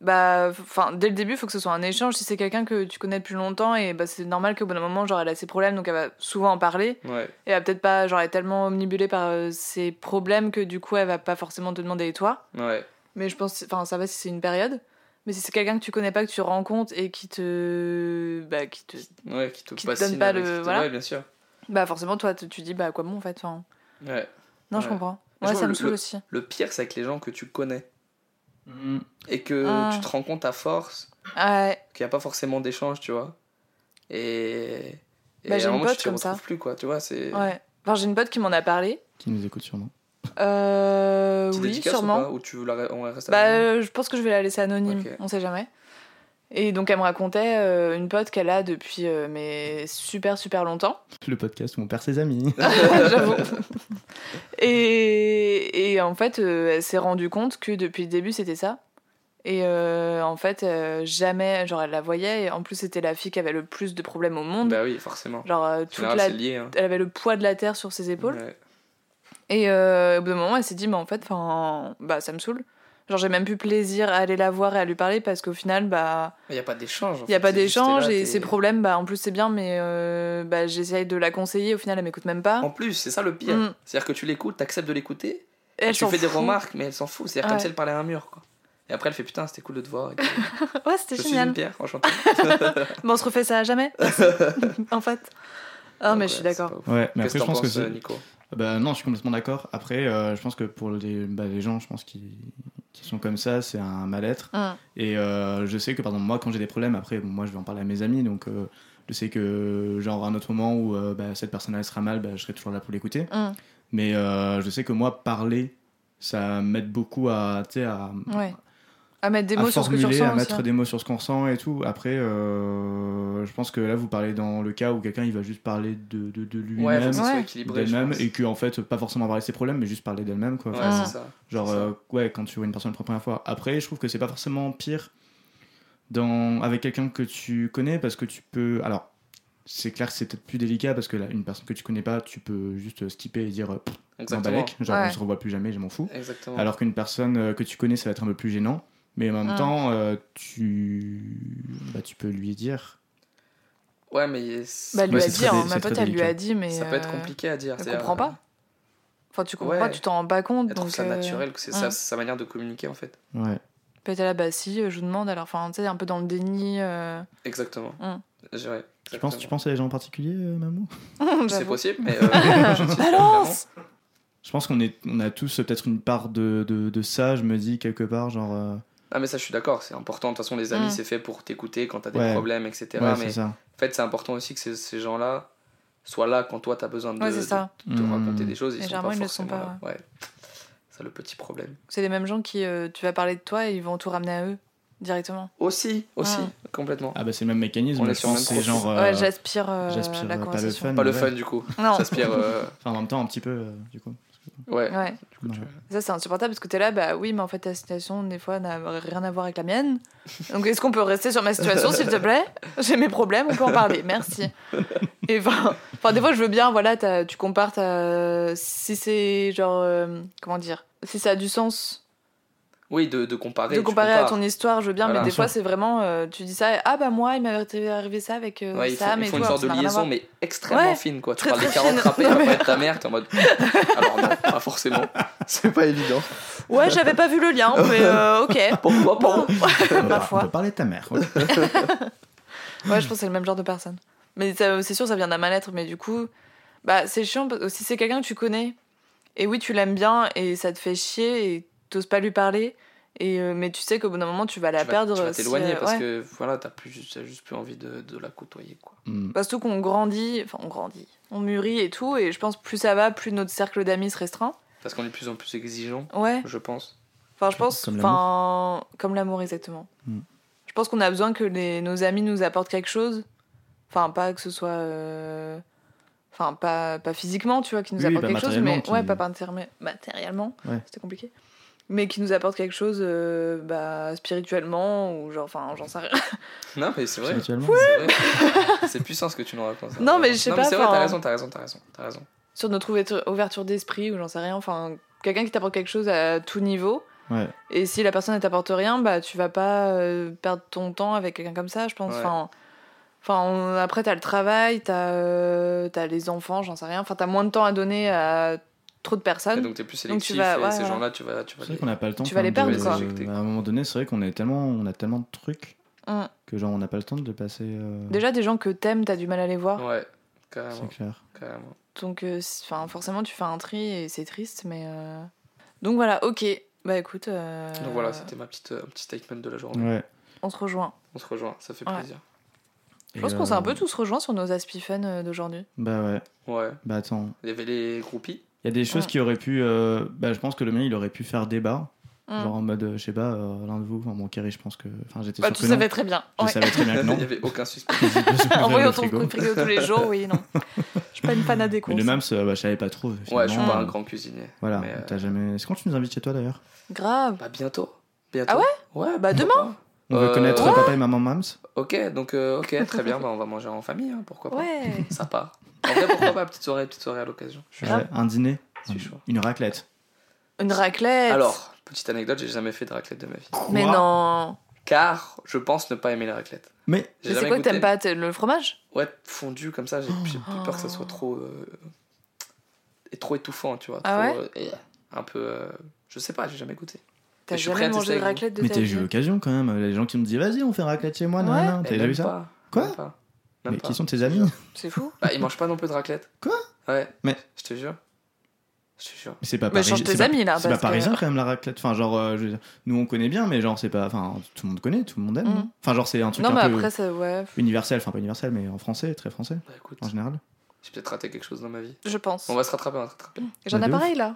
S2: Bah, enfin, dès le début, il faut que ce soit un échange. Si c'est quelqu'un que tu connais depuis longtemps, et bah, c'est normal qu'au bout d'un moment, genre, elle a ses problèmes, donc elle va souvent en parler.
S3: Ouais.
S2: Et elle va peut-être pas, genre, elle est tellement omnibulée par euh, ses problèmes que du coup, elle va pas forcément te demander et toi.
S3: Ouais.
S2: Mais je pense, enfin, ça va si c'est une période. Mais si c'est quelqu'un que tu connais pas, que tu rencontres et qui te. Bah, qui te.
S3: Ouais. Qui te
S2: Qui te
S3: bassine
S2: donne pas
S3: avec-
S2: le-
S3: qui te-
S2: voilà.
S3: Ouais, bien sûr.
S2: Bah, forcément, toi, tu tu dis, bah, quoi bon, en fait. enfin,
S3: Ouais.
S2: Non, je
S3: Ouais.
S2: comprends.
S3: Je
S2: Ouais,
S3: vois
S2: ça me
S3: le-
S2: saoule
S3: le-
S2: aussi.
S3: Le pire, c'est avec les gens que tu connais
S1: Hmm.
S3: et que
S2: Ah.
S3: tu te rends compte à force
S2: Ouais.
S3: qu'il n'y a pas forcément d'échange, tu vois. Et. et
S2: Bah, j'ai
S3: à un
S2: une
S3: moment, tu
S2: pote
S3: t'y
S2: comme ça.
S3: retrouves plus, quoi, tu vois. C'est.
S2: Ouais. Enfin, j'ai une pote qui m'en a parlé.
S1: Qui nous écoute sûrement.
S2: Euh,
S3: Petite
S2: oui,
S3: dédicace
S2: sûrement.
S3: Ou, pas, ou tu veux la- on reste
S2: Bah,
S3: anonyme
S2: euh, je pense que je vais la laisser anonyme,
S3: Ok.
S2: on sait jamais. Et donc, elle me racontait euh, une pote qu'elle a depuis euh, mais super super longtemps,
S1: Le podcast où on perd ses amis.
S2: j'avoue. Et, et en fait, euh, elle s'est rendue compte que depuis le début, c'était ça. Et euh, en fait, euh, jamais, genre, elle la voyait. Et en plus, c'était la fille qui avait le plus de problèmes au monde.
S3: Bah oui, forcément.
S2: genre, euh,
S3: En
S2: toute
S3: général,
S2: la...
S3: c'est lié. Hein.
S2: elle avait le poids de la terre sur ses épaules.
S3: Ouais.
S2: Et euh, au bout d'un moment, elle s'est dit, mais en fait, 'fin, bah, ça me saoule. Genre, j'ai même plus plaisir à aller la voir et à lui parler parce qu'au final, bah,
S3: Il n'y a pas d'échange.
S2: il n'y a pas d'échange et ses problèmes, bah, en plus, c'est bien, mais euh, bah, j'essaye de la conseiller. Au final, elle m'écoute même pas.
S3: En plus, c'est ça le pire.
S2: Mm.
S3: C'est-à-dire que tu l'écoutes, t'acceptes de l'écouter,
S2: Et elle
S3: tu
S2: s'en
S3: fais des
S2: fout.
S3: remarques, mais elle s'en fout. C'est-à-dire
S2: Ouais.
S3: comme si elle parlait à un mur, quoi. Et après, elle fait putain, c'était cool de te voir. et tout.
S2: Ouais, c'était
S3: Je suis une
S2: génial.
S3: pierre, enchanté.
S2: Mais on se refait ça à jamais. en fait. Ah, mais je suis d'accord.
S1: Ouais, mais
S3: Qu'est-ce
S1: après, je
S3: que t'en
S1: pense que
S3: penses,
S1: c'est.
S3: Nico
S1: Bah non, je suis complètement d'accord. Après, euh, je pense que pour les, bah, les gens, je pense qui, qui sont comme ça, c'est un mal-être.
S2: Hum.
S1: Et euh, je sais que, par exemple, moi, quand j'ai des problèmes, après, bon, moi, je vais en parler à mes amis. Donc, euh, je sais que, genre, à un autre moment où euh, bah, cette personne, elle sera mal, bah, je serai toujours là pour l'écouter.
S2: Hum.
S1: Mais euh, je sais que moi, parler, ça m'aide beaucoup à, tu sais, à,
S2: Ouais. À mettre des
S1: à
S2: mots sur ce que tu
S1: formuler,
S2: ressens.
S1: à
S2: aussi,
S1: mettre
S2: hein.
S1: des mots sur ce qu'on ressent et tout. Après, euh, je pense que là, vous parlez dans le cas où quelqu'un, il va juste parler de, de, de
S3: Ouais,
S1: lui-même.
S3: faut que ça soit
S2: Ouais.
S3: équilibré. je
S1: d'elle-même
S3: pense.
S1: et que en fait pas forcément parler de ses problèmes mais juste parler d'elle-même quoi
S3: Ouais,
S1: Enfin,
S2: Ah.
S3: c'est ça.
S1: genre
S3: c'est ça.
S1: euh, ouais quand tu vois une personne pour la première fois après je trouve que c'est pas forcément pire dans avec quelqu'un que tu connais parce que tu peux alors c'est clair que c'est peut-être plus délicat parce que là, une personne que tu connais pas tu peux juste skipper et dire euh, Pff, j'en
S3: Exactement.
S1: balèque genre
S2: Ouais.
S1: on se revoit plus jamais je m'en fous
S2: Bah,
S3: Exactement.
S1: alors qu'une personne euh, que tu connais, ça va être un peu plus gênant. Mais en même
S2: Mm.
S1: temps, euh, tu... Bah, tu peux lui dire.
S3: Ouais, mais c'est-
S2: Bah, elle lui
S1: Ouais,
S2: a
S1: c'est
S2: dit,
S1: très
S2: hein,
S1: dé-
S2: ma
S1: c'est
S2: pote,
S1: très
S2: elle lui
S1: délicat.
S2: a dit, mais.
S3: ça peut être
S2: euh,
S3: compliqué à dire.
S2: Elle
S3: c'est-à-dire,
S2: comprend pas. Enfin, tu comprends
S3: Ouais.
S2: pas, tu t'en rends pas compte.
S3: Elle trouve
S2: donc,
S3: ça
S2: euh,
S3: naturel, que c'est sa,
S2: hum.
S3: sa manière de communiquer en fait.
S1: Ouais.
S2: Peut-être là, bah si, euh, je vous demande. Alors, enfin, tu sais, un peu dans le déni. euh,
S3: Exactement.
S2: Hum.
S3: Je- ouais,
S1: Tu penses, tu
S3: exactement.
S1: penses à des gens en particulier, euh, Mamou
S3: C'est
S2: j'avoue.
S3: possible, mais. euh, je suis
S2: Balance
S1: Je pense qu'on est, on a tous euh, peut-être une part de, de, de ça, je me dis, quelque part, genre... euh,
S3: Ah mais ça je suis d'accord, c'est important. De toute façon les amis
S2: Mm.
S3: c'est fait pour t'écouter quand t'as des
S1: Ouais.
S3: problèmes, etc.
S1: Ouais,
S3: mais
S1: c'est ça.
S3: en fait c'est important aussi que ces, ces gens-là soient là quand toi t'as besoin de,
S2: Ouais, c'est ça.
S3: de- de
S1: Mm.
S3: raconter des choses.
S2: Et
S3: Ils sont
S2: généralement,
S3: pas
S2: ils le sont
S3: forcément
S2: pas,
S3: là. Ouais. C'est le petit problème.
S2: C'est les mêmes gens qui. euh, tu vas parler de toi et ils vont tout ramener à eux directement.
S3: Aussi, aussi,
S2: Ouais.
S3: complètement.
S1: Ah bah c'est le même mécanisme,
S3: On est
S1: je
S3: sur le
S1: pense,
S3: même
S1: c'est genre... euh,
S2: ouais, j'aspire euh,
S1: j'aspire,
S2: la
S1: euh, pas le
S2: conversation.
S1: fun.
S3: Pas le
S1: ouais.
S3: fun du coup.
S2: Non,
S3: T'aspires. euh,
S1: Enfin, en même temps, un petit peu, euh, du coup.
S3: Ouais.
S2: ouais.
S3: Du coup, tu-
S1: Ouais.
S2: Ça, c'est insupportable parce que t'es là, bah oui, mais en fait, ta situation, des fois, n'a rien à voir avec la mienne. Donc, est-ce qu'on peut rester sur ma situation, s'il te plaît J'ai mes problèmes, on peut en parler, merci. Et enfin, enfin, des fois, je veux bien, voilà, t'as- tu compares, t'as- si c'est genre, euh, comment dire, si ça a du sens
S3: Oui, de, de comparer.
S2: de
S3: tu
S2: comparer à
S3: compares.
S2: ton histoire, je veux bien,
S3: Voilà.
S2: mais des
S1: Bien
S2: fois, c'est vraiment, euh, tu dis ça, et, ah bah moi, il m'avait été arrivé ça avec euh,
S3: Ouais, ils font,
S2: ça,
S3: ils
S2: mais
S3: font
S2: toi,
S3: une sorte
S2: ça
S3: de
S2: n'a rien à
S3: liaison
S2: voir.
S3: mais extrêmement
S2: Ouais.
S3: fine quoi. Tu
S2: Très,
S3: parles des
S2: très
S3: carottes
S2: fine.
S3: râpées
S2: Non, mais-
S3: après de ta mère, t'es en mode. Alors non, pas forcément. C'est pas évident.
S2: Ouais, j'avais pas vu le lien, mais euh, ok.
S3: Pourquoi pas
S2: Bon,
S1: On va-
S2: parfois.
S1: On peut parler de ta mère. ouais.
S2: Ouais, je pense que c'est le même genre de personne. Mais ça- c'est sûr, ça vient d'un mal-être, mais du coup, bah, c'est chiant parce que si c'est quelqu'un que tu connais, et oui, tu l'aimes bien, et ça te fait chier, et t'oses pas lui parler, et, euh, mais tu sais qu'au bout d'un moment, tu vas la
S3: tu vas-
S2: perdre.
S3: Tu vas
S2: si,
S3: t'éloigner
S2: euh,
S3: parce
S2: ouais.
S3: que voilà, t'as plus, t'as juste plus envie de, de la côtoyer quoi.
S1: Mm.
S2: Bah, surtout qu'on grandit, enfin, on grandit, on mûrit et tout, et je pense plus ça va, plus notre cercle d'amis se restreint.
S3: Parce qu'on est de plus en plus exigeant,
S2: Ouais,
S3: je pense.
S2: enfin, je pense.
S1: Comme
S2: Enfin, comme l'amour, exactement.
S1: Hmm.
S2: Je pense qu'on a besoin que les, nos amis nous apportent quelque chose. Enfin, pas que ce soit. euh, Enfin, pas, pas physiquement, tu vois, qui nous
S1: Oui,
S2: apportent
S1: bah,
S2: quelque chose,
S1: matériellement,
S2: mais.
S1: qui-
S2: Ouais, pas par inter- mais matériellement,
S1: Ouais.
S2: c'était compliqué. Mais qui nous apportent quelque chose euh, bah, spirituellement, ou genre, enfin, j'en sais rien.
S3: Non, mais c'est vrai.
S1: Spirituellement.
S3: C'est vrai. C'est puissant ce que tu nous racontes. ça.
S2: Non, mais je sais
S3: Non,
S2: pas,
S3: C'est vrai, t'as
S2: enfin-
S3: raison, t'as raison, t'as raison, t'as raison.
S2: Sur notre ouverture- ouverture d'esprit, ou j'en sais rien, enfin, quelqu'un qui t'apporte quelque chose à tout niveau.
S1: Ouais.
S2: Et si la personne ne t'apporte rien, bah tu vas pas euh, perdre ton temps avec quelqu'un comme ça, je pense.
S3: Ouais.
S2: Enfin, enfin on- après t'as le travail, t'as euh, t'as les enfants, j'en sais rien. Enfin t'as moins de temps à donner à trop de
S3: Et
S2: personnes.
S3: donc t'es plus
S2: Donc tu
S3: sélectif
S2: vas-
S3: et
S2: ouais,
S3: ces
S2: voilà.
S3: gens-là, tu vas, tu vas
S1: C'est vrai
S3: les-
S1: qu'on n'a pas le temps.
S2: Tu vas
S1: quand
S2: les
S1: même, de-
S2: perdre, quoi.
S1: de- À un moment donné, c'est vrai qu'on est tellement, on a tellement de trucs
S2: Hum.
S1: que genre on n'a pas le temps de passer. euh,
S2: Déjà des gens que t'aimes, t'as du mal à les voir.
S3: Bah, Ouais,
S1: c'est
S3: carrément,
S1: clair.
S3: carrément.
S2: Donc euh, c'est- enfin forcément tu fais un tri et c'est triste, mais euh, donc voilà, ok. Bah écoute, euh,
S3: Donc voilà, c'était ma petite, euh, un petit statement de la journée.
S1: Ouais.
S2: on se rejoint.
S3: On se rejoint, ça fait
S2: Ouais.
S3: plaisir.
S2: Je pense
S1: Et,
S2: qu'on s'est un
S1: euh,
S2: peu tous rejoints sur nos aspifens d'aujourd'hui.
S1: Bah ouais.
S3: Ouais.
S1: Bah attends.
S3: Il y avait les groupies.
S1: Il y a des choses
S2: Mm.
S1: qui auraient pu. euh, bah, je pense que le mien, il aurait pu faire débat.
S2: Mm.
S1: Genre en mode, euh, je sais pas, euh, l'un de vous, enfin, mon carré, je pense que. Enfin, j'étais
S2: Bah,
S1: sûr
S2: tu
S1: que non.
S2: savais très bien.
S1: Je
S2: Ouais.
S1: savais très bien que
S3: Il
S1: non.
S3: n'y avait aucun suspect.
S2: En
S1: En
S2: vrai, on trouve le frigo tous les jours, oui, non. Je suis pas une fanade des
S1: Mais
S2: courses.
S1: le MAMS, euh, bah, je savais pas trop.
S3: Ouais, je suis
S1: finalement.
S3: pas un grand cuisinier.
S1: Voilà,
S3: Mais, euh,
S1: t'as jamais. Est-ce que tu nous invites chez toi d'ailleurs
S2: Grave.
S3: Bah bientôt. Bientôt.
S2: Ah ouais
S3: Ouais,
S2: Bah,
S3: pourquoi
S1: On veut
S3: Euh,
S1: connaître
S3: ouais.
S1: papa et maman Mams.
S3: pas. Ok, donc euh, ok, très bien, bah, on va manger en famille, hein, pourquoi pas.
S2: Ouais.
S3: Sympa. En vrai, pourquoi pas, petite soirée, petite soirée à l'occasion. Je suis
S1: Ouais,
S3: chaud.
S1: Un dîner.
S3: Je suis chaud.
S1: Une raclette.
S2: Une raclette.
S3: Alors, petite anecdote, j'ai jamais fait de raclette de ma vie.
S2: Mais
S1: Quoi
S2: non.
S3: Car je pense ne pas aimer la raclette.
S1: Mais
S3: J'ai
S2: Mais c'est
S3: jamais
S2: quoi que
S3: goûté.
S2: t'aimes pas t'es- Le fromage
S3: Ouais, fondu comme ça, j'ai j'ai plus peur que ça soit trop. euh, et trop étouffant, tu vois.
S2: Ah
S3: trop, euh, un peu. euh, je sais pas, j'ai jamais goûté.
S2: T'as
S3: je suis
S2: jamais
S3: prêt à
S2: mangé
S3: tester
S2: de
S3: avec
S2: raclette de
S1: Mais
S2: ta
S1: t'as
S2: vie
S1: eu l'occasion quand même. Les gens qui me disent vas-y, on fait une raclette chez moi.
S2: Ouais.
S1: nanana.
S3: Mais
S1: Ah, T'as déjà
S3: même
S1: vu ça
S3: pas,
S1: Quoi
S3: même pas, même
S1: Mais
S3: pas.
S1: qui sont tes amis
S2: C'est fou.
S3: Bah, ils mangent pas non plus de raclette.
S1: Quoi
S3: Ouais.
S1: Mais-
S3: Je te jure. Je te jure.
S1: Mais c'est pas
S2: Bah,
S1: parisien.
S2: change
S1: c'est
S2: tes
S1: pas-
S2: amis là.
S1: C'est pas
S2: parce que-
S1: parisien quand même la raclette. Enfin, genre, euh, je veux dire, nous on connaît bien, mais genre, c'est pas. Enfin, tout le monde connaît, tout le monde aime.
S2: Mm.
S1: non Enfin, genre, c'est un truc
S2: Non, mais
S1: un peu
S2: après, ça, ouais,
S1: universel. Enfin, pas universel, mais en français, très français
S3: Bah, écoute,
S1: en général.
S3: j'ai peut-être raté quelque chose dans ma vie.
S2: je pense.
S3: On va se rattraper, on va se rattraper.
S2: J'en
S1: Bah,
S2: ai
S1: de ouf.
S2: pareil là.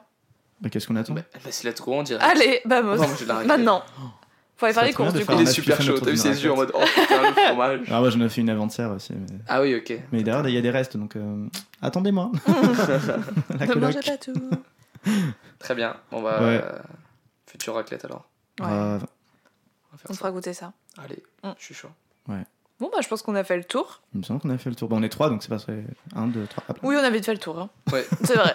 S1: Bah, qu'est-ce qu'on attend
S3: Bah, bah, c'est la trouée, on dirait.
S2: Allez,
S3: Non,
S2: vamos.
S3: mais j'ai de la raclette.
S2: Maintenant. Faut
S1: Oh. Ça
S2: aller faire les
S1: serait
S2: courses
S1: bien de
S2: du
S1: faire
S2: coup.
S3: Il
S1: un
S3: est
S1: match
S3: super
S1: FIFA
S3: chaud.
S1: autour
S3: T'as vu
S1: d'une
S3: ses yeux en mode Oh putain, le fromage.
S1: Ah, moi j'en ai fait une avant-hier aussi. mais-
S3: Ah oui, ok.
S1: Mais derrière, il y a des restes, donc euh, attendez-moi. La
S2: Ne
S1: coloc.
S2: mangez pas tout.
S3: Très bien. On va.
S1: Ouais.
S3: euh, future raclette alors.
S2: Ouais.
S1: Grave.
S3: On va faire
S2: On te
S3: ça.
S2: fera goûter ça.
S3: Allez,
S2: Mm.
S3: je suis chaud.
S2: Bon, bah, je pense qu'on a fait le tour.
S1: il me semble qu'on a fait le tour. Bon, on est trois, donc c'est pas vrai. Un, deux, trois. hop.
S2: Oui, on avait fait le tour. hein.
S3: Ouais.
S2: C'est vrai.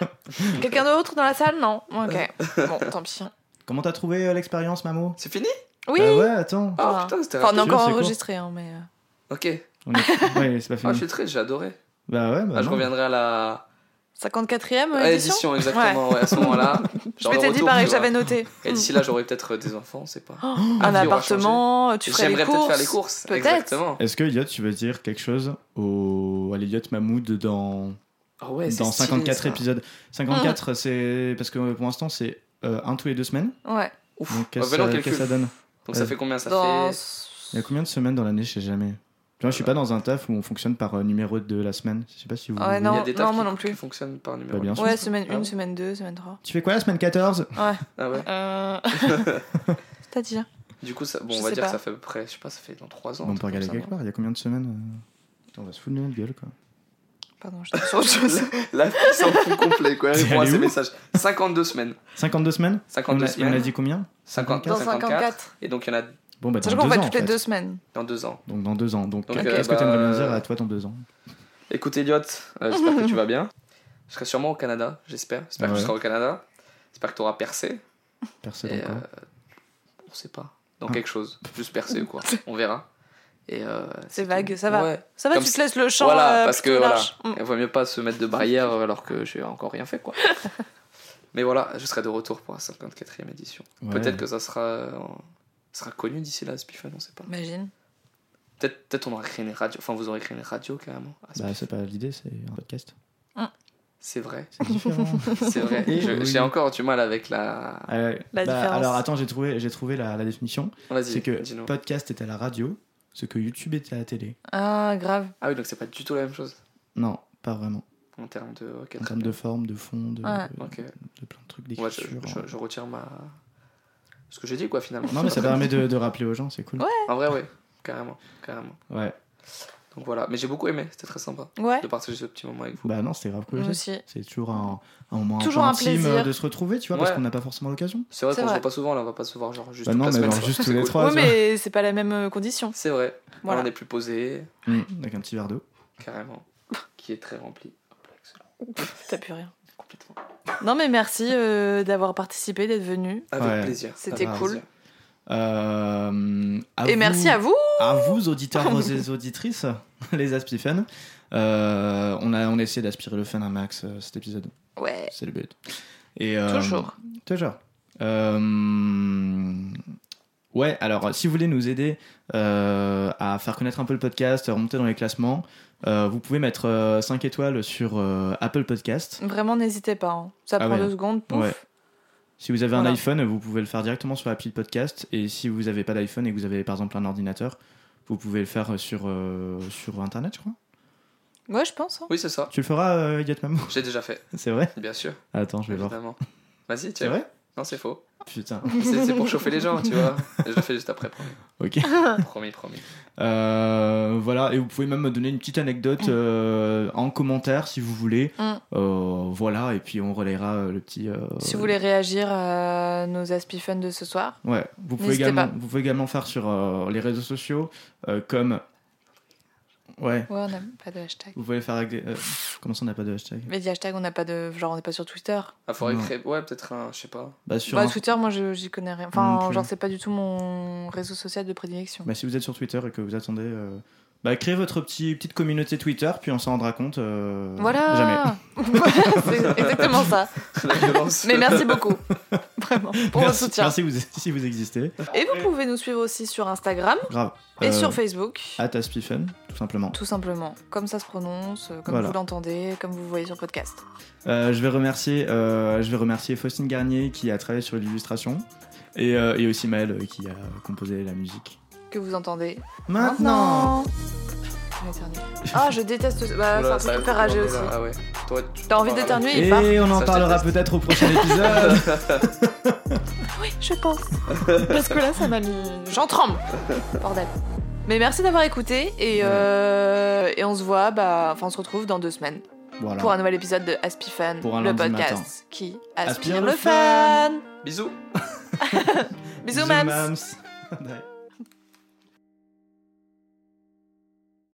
S2: Quelqu'un d'autre dans la salle Non. Ok. Bon, tant pis.
S1: Comment t'as trouvé euh, l'expérience, Mamo
S3: C'est fini
S2: Oui.
S1: Bah Ah ouais, attends.
S3: Oh
S2: Ah.
S3: putain, c'était
S2: Enfin, on
S3: rapide.
S2: a
S1: Tu vois,
S2: encore
S1: c'est court.
S2: enregistré, hein, mais. euh,
S3: Ok.
S1: On est- Ouais, c'est pas
S3: Ah, je
S1: fini.
S3: suis triste, j'ai adoré.
S1: Bah ouais, bah.
S3: Ah, je
S1: non.
S3: reviendrai à la
S2: 54e
S3: à
S2: euh, édition,
S3: l'édition, exactement. ouais, à ce moment-là.
S2: Je
S3: Genre le
S2: m'étais dit
S3: retour,
S2: pareil,
S3: tu vois.
S2: j'avais noté.
S3: Et d'ici là, j'aurais peut-être euh, des enfants, on sait pas.
S2: Oh,
S3: ma
S2: un
S3: vie aura
S2: appartement, euh, tu ferais les
S3: J'aimerais peut-être
S2: courses.
S3: faire les courses.
S2: Peut-être.
S3: Exactement.
S1: Est-ce que, Elliot, tu veux dire quelque chose au... à l'Eliot Mahmoud dans,
S3: Ah ouais, c'est
S1: dans
S3: stylé,
S1: 54
S3: ça.
S1: épisodes 54, c'est. Parce que euh, pour l'instant, c'est euh, un tous les deux semaines.
S2: Ouais.
S3: Ouf.
S1: Donc,
S3: Ah,
S1: qu'est-ce
S3: bah non,
S1: ça- qu'est-ce
S3: calcul.
S1: que ça donne Euh,
S3: Donc ça fait combien ça
S2: Dans...
S3: fait
S1: Il y a combien de semaines dans l'année Je sais jamais. Tu vois, je suis
S3: Euh.
S1: pas dans un taf où on fonctionne par euh, numéro de la semaine. Je sais pas si vous.
S2: Ouais,
S1: vous-
S3: Il y
S2: non.
S3: a des tafs
S2: moi
S3: qui-
S2: non plus.
S3: qui fonctionnent par numéro.
S1: Bah, bien sûr.
S2: Ouais, semaine 1,
S3: Ah ouais.
S2: semaine 2, semaine 3.
S1: Tu fais quoi la semaine 14
S3: Ah ouais.
S2: Euh... hein. C'est-à-dire
S3: Du coup, ça, bon,
S2: Je
S3: on va
S2: sais
S3: dire
S2: pas.
S3: que ça fait à peu près, je sais pas, ça fait dans 3 ans.
S1: On
S3: un
S1: peut
S3: truc
S1: regarder
S3: comme
S1: quelque part. Il y a combien de semaines euh, Putain, on va se foutre de notre gueule, quoi.
S2: Pardon, je suis sur autre chose.
S3: ça. Là, il s'en fout complet, quoi.
S1: T'es
S3: Réponds à
S1: allé
S3: ces
S1: où
S3: messages. 52 semaines.
S1: 52 semaines on
S3: 52
S1: a, et on a
S3: semaines.
S1: dit combien
S3: 54,
S2: Dans
S3: 54.
S2: 54.
S3: Et donc, il y en a
S1: Bon, bah, dans
S2: Sachant
S1: deux ans.
S2: qu'on fait
S1: en
S2: toutes les
S1: fait.
S2: deux semaines.
S3: dans 2 ans.
S1: Donc, dans deux ans. Donc,
S3: Donc,
S1: qu'est-ce
S3: euh,
S1: que t'aimerais
S3: bah,
S1: bien dire à toi dans deux ans
S3: Écoute, Elliot, euh, j'espère que tu vas bien. Je serai sûrement au Canada, j'espère. J'espère que
S1: Ouais.
S3: tu seras au Canada. J'espère que tu auras percé.
S1: Personne
S3: Et,
S1: encore.
S3: euh, on sait pas. Dans
S1: Ah.
S3: quelque chose. Juste percé ou quoi. On verra. Et euh,
S2: C'est
S3: tout.
S2: vague, ça va.
S3: Ouais.
S2: Ça va,
S3: Comme
S2: tu te
S3: si-
S2: laisses le champ
S3: voilà,
S2: euh,
S3: parce que
S2: plutôt
S3: voilà,
S2: large. Mm.
S3: il vaut mieux pas se mettre de barrière euh, alors que j'ai encore rien fait quoi. Mais voilà, je serai de retour pour la 54e édition.
S1: Ouais.
S3: Peut-être que ça sera euh, sera connu d'ici là, Spiffan, on sait pas.
S2: Mm. Imagine.
S3: Peut-être peut-être on aura créé une radio, enfin vous aurez créé une radio carrément. à
S1: Bah,
S3: Spiffan.
S1: c'est pas l'idée, c'est un podcast.
S3: c'est vrai,
S1: C'est différent.
S3: c'est vrai.
S1: Et
S3: Je-
S1: oui.
S3: J'ai encore du mal avec la.
S1: Euh,
S2: La
S1: bah,
S2: différence.
S1: alors, attends, j'ai trouvé, j'ai trouvé la, la définition. C'est
S3: Vas-y,
S1: que
S3: dis-nous.
S1: podcast est à la radio, ce que YouTube est à la télé.
S2: Ah, grave.
S3: Ah oui, donc c'est pas du tout la même chose
S1: Non, pas vraiment.
S3: en termes de. ok,
S1: En
S3: très
S1: termes de forme, de fond, de,
S2: Ouais.
S1: de-
S3: bien. Ok.
S1: de plein de trucs
S3: Ouais, je,
S1: d'écriture.
S3: je- je retire ma ce que j'ai dit quoi finalement.
S1: hein. Non, mais ça permet de, de rappeler aux gens, c'est cool. Ouais.
S3: En vrai, oui, carrément, carrément. Donc voilà, mais j'ai beaucoup aimé, c'était très sympa.
S2: Ouais,
S3: de partager ce petit moment avec vous.
S1: Bah, non, c'était grave cool.
S2: moi
S1: ça.
S2: aussi.
S1: C'est toujours un, un moment
S2: Toujours
S1: peu
S2: un
S1: intime
S2: plaisir.
S1: euh, de se retrouver, tu vois,
S3: Ouais.
S1: parce qu'on n'a pas forcément l'occasion.
S3: C'est vrai
S2: C'est
S3: qu'on se
S2: vrai.
S3: voit pas souvent, là, on va pas se voir genre juste
S1: Bah
S3: toute
S1: non,
S3: la
S1: mais
S3: semaine.
S1: genre
S3: quoi.
S1: juste tous
S3: C'est
S1: les
S3: cool.
S1: trois.
S2: Ouais,
S1: tu vois.
S2: mais c'est pas la même euh, condition.
S3: C'est vrai,
S2: Voilà.
S3: on est plus posé,
S1: Mm, Avec un petit verre d'eau.
S3: carrément, qui est très rempli. Hop là, excellent,
S2: T'as plus rien.
S3: complètement.
S2: Non, mais merci euh, d'avoir participé, d'être venu.
S3: Avec
S1: Ouais.
S3: plaisir.
S2: C'était
S3: Avec
S2: cool.
S3: plaisir.
S1: Euh, à
S2: Et
S1: vous-
S2: merci à vous.
S1: à vous, auditeurs et auditrices, les Aspifans. Euh, on, a, on a essayé d'aspirer le fun un max euh, cet épisode.
S2: Ouais,
S1: C'est le but. Et, euh,
S2: toujours.
S1: Toujours. Euh, ouais, alors si vous voulez nous aider euh, à faire connaître un peu le podcast, à remonter dans les classements, euh, vous pouvez mettre 5 étoiles sur euh, Apple Podcast.
S2: Vraiment, n'hésitez pas. hein. Ça
S1: Ah
S2: prend
S1: ouais.
S2: deux secondes. Pouf.
S1: Ouais. Si vous avez un
S2: Voilà.
S1: iPhone, vous pouvez le faire directement sur Apple Podcast. Et si vous n'avez pas d'iPhone et euh, que vous avez par exemple un ordinateur, vous pouvez le faire sur, euh, sur Internet, je crois.
S2: Ouais, je pense. hein.
S3: Oui, c'est ça.
S1: Tu le feras, euh, Idiot Maman
S3: J'ai déjà fait,
S1: C'est vrai
S3: bien sûr.
S1: Attends, je vais voir.
S3: Évidemment. Vas-y,
S1: C'est
S3: tiens.
S1: vrai
S3: Non, c'est faux.
S1: Putain.
S3: C'est c'est pour chauffer les gens, tu vois. Et je le fais juste après, promis.
S1: Ok.
S3: Promis, promis.
S1: Euh, voilà, et vous pouvez même me donner une petite anecdote euh, en commentaire si vous voulez.
S2: Mm.
S1: Euh, voilà, et puis on relayera euh, le petit. euh,
S2: Si vous voulez réagir à nos aspifun de ce soir,
S1: Ouais, vous pouvez,
S2: N'hésitez
S1: également,
S2: pas.
S1: vous pouvez également faire sur euh, les réseaux sociaux euh, comme. Ouais,
S2: ouais, on n'a pas de hashtag.
S1: vous pouvez faire. avec des- euh, comment ça, on n'a pas de hashtag
S2: Mais dit hashtag, on n'a pas de. Genre, on n'est pas sur Twitter.
S3: Ah, faudrait
S1: Non.
S3: créer. Ouais, peut-être un. Je sais pas.
S1: bah, sur
S2: Bah,
S1: un-
S2: Twitter, moi, je- j'y connais rien.
S1: Non
S2: Enfin,
S1: plus.
S2: genre, c'est pas du tout mon réseau social de prédilection.
S1: bah, si vous êtes sur Twitter et que vous attendez. euh, Bah, créez votre petit, petite communauté Twitter, puis on s'en rendra compte. euh,
S2: Voilà
S1: Jamais.
S2: C'est exactement ça.
S3: La violence.
S2: Mais merci beaucoup. Vraiment. Pour votre
S1: Merci,
S2: soutien.
S1: merci vous, si vous existez.
S2: Et vous pouvez nous suivre aussi sur Instagram
S1: Grave.
S2: et
S1: Euh,
S2: sur Facebook.
S1: At Aspifen, tout simplement.
S2: Tout simplement. Comme ça se prononce, euh, comme
S1: Voilà.
S2: vous l'entendez, comme vous voyez sur le podcast.
S1: Euh, je vais remercier, euh, je vais remercier Faustine Garnier qui a travaillé sur l'illustration et, euh, et aussi Maël euh, qui a composé la musique.
S2: Que vous entendez
S1: Maintenant,
S2: maintenant. On éternue. Ah, je déteste. ce- Bah,
S3: Oula,
S2: ça peut
S3: va
S2: faire
S3: être
S2: rager
S3: long,
S2: aussi.
S3: là. Ah ouais. Toi, tu-
S2: T'as envie
S3: voilà.
S2: d'éternuer il part.
S1: et on en
S3: Ça, je
S1: parlera
S3: déteste.
S1: peut-être au prochain épisode.
S2: Oui, je pense. Parce que là, ça m'a mis. J'en tremble. Bordel. Mais merci d'avoir écouté et, euh, et on se voit, bah, enfin on se retrouve dans deux semaines
S1: voilà.
S2: pour un nouvel épisode de Aspie Fun,
S1: Pour un
S2: le
S1: lundi
S2: podcast
S1: matin.
S2: qui aspire,
S1: Aspire
S2: le
S1: le
S2: fun.
S1: fun.
S3: Bisous.
S2: Bisous, mams.
S1: Bye.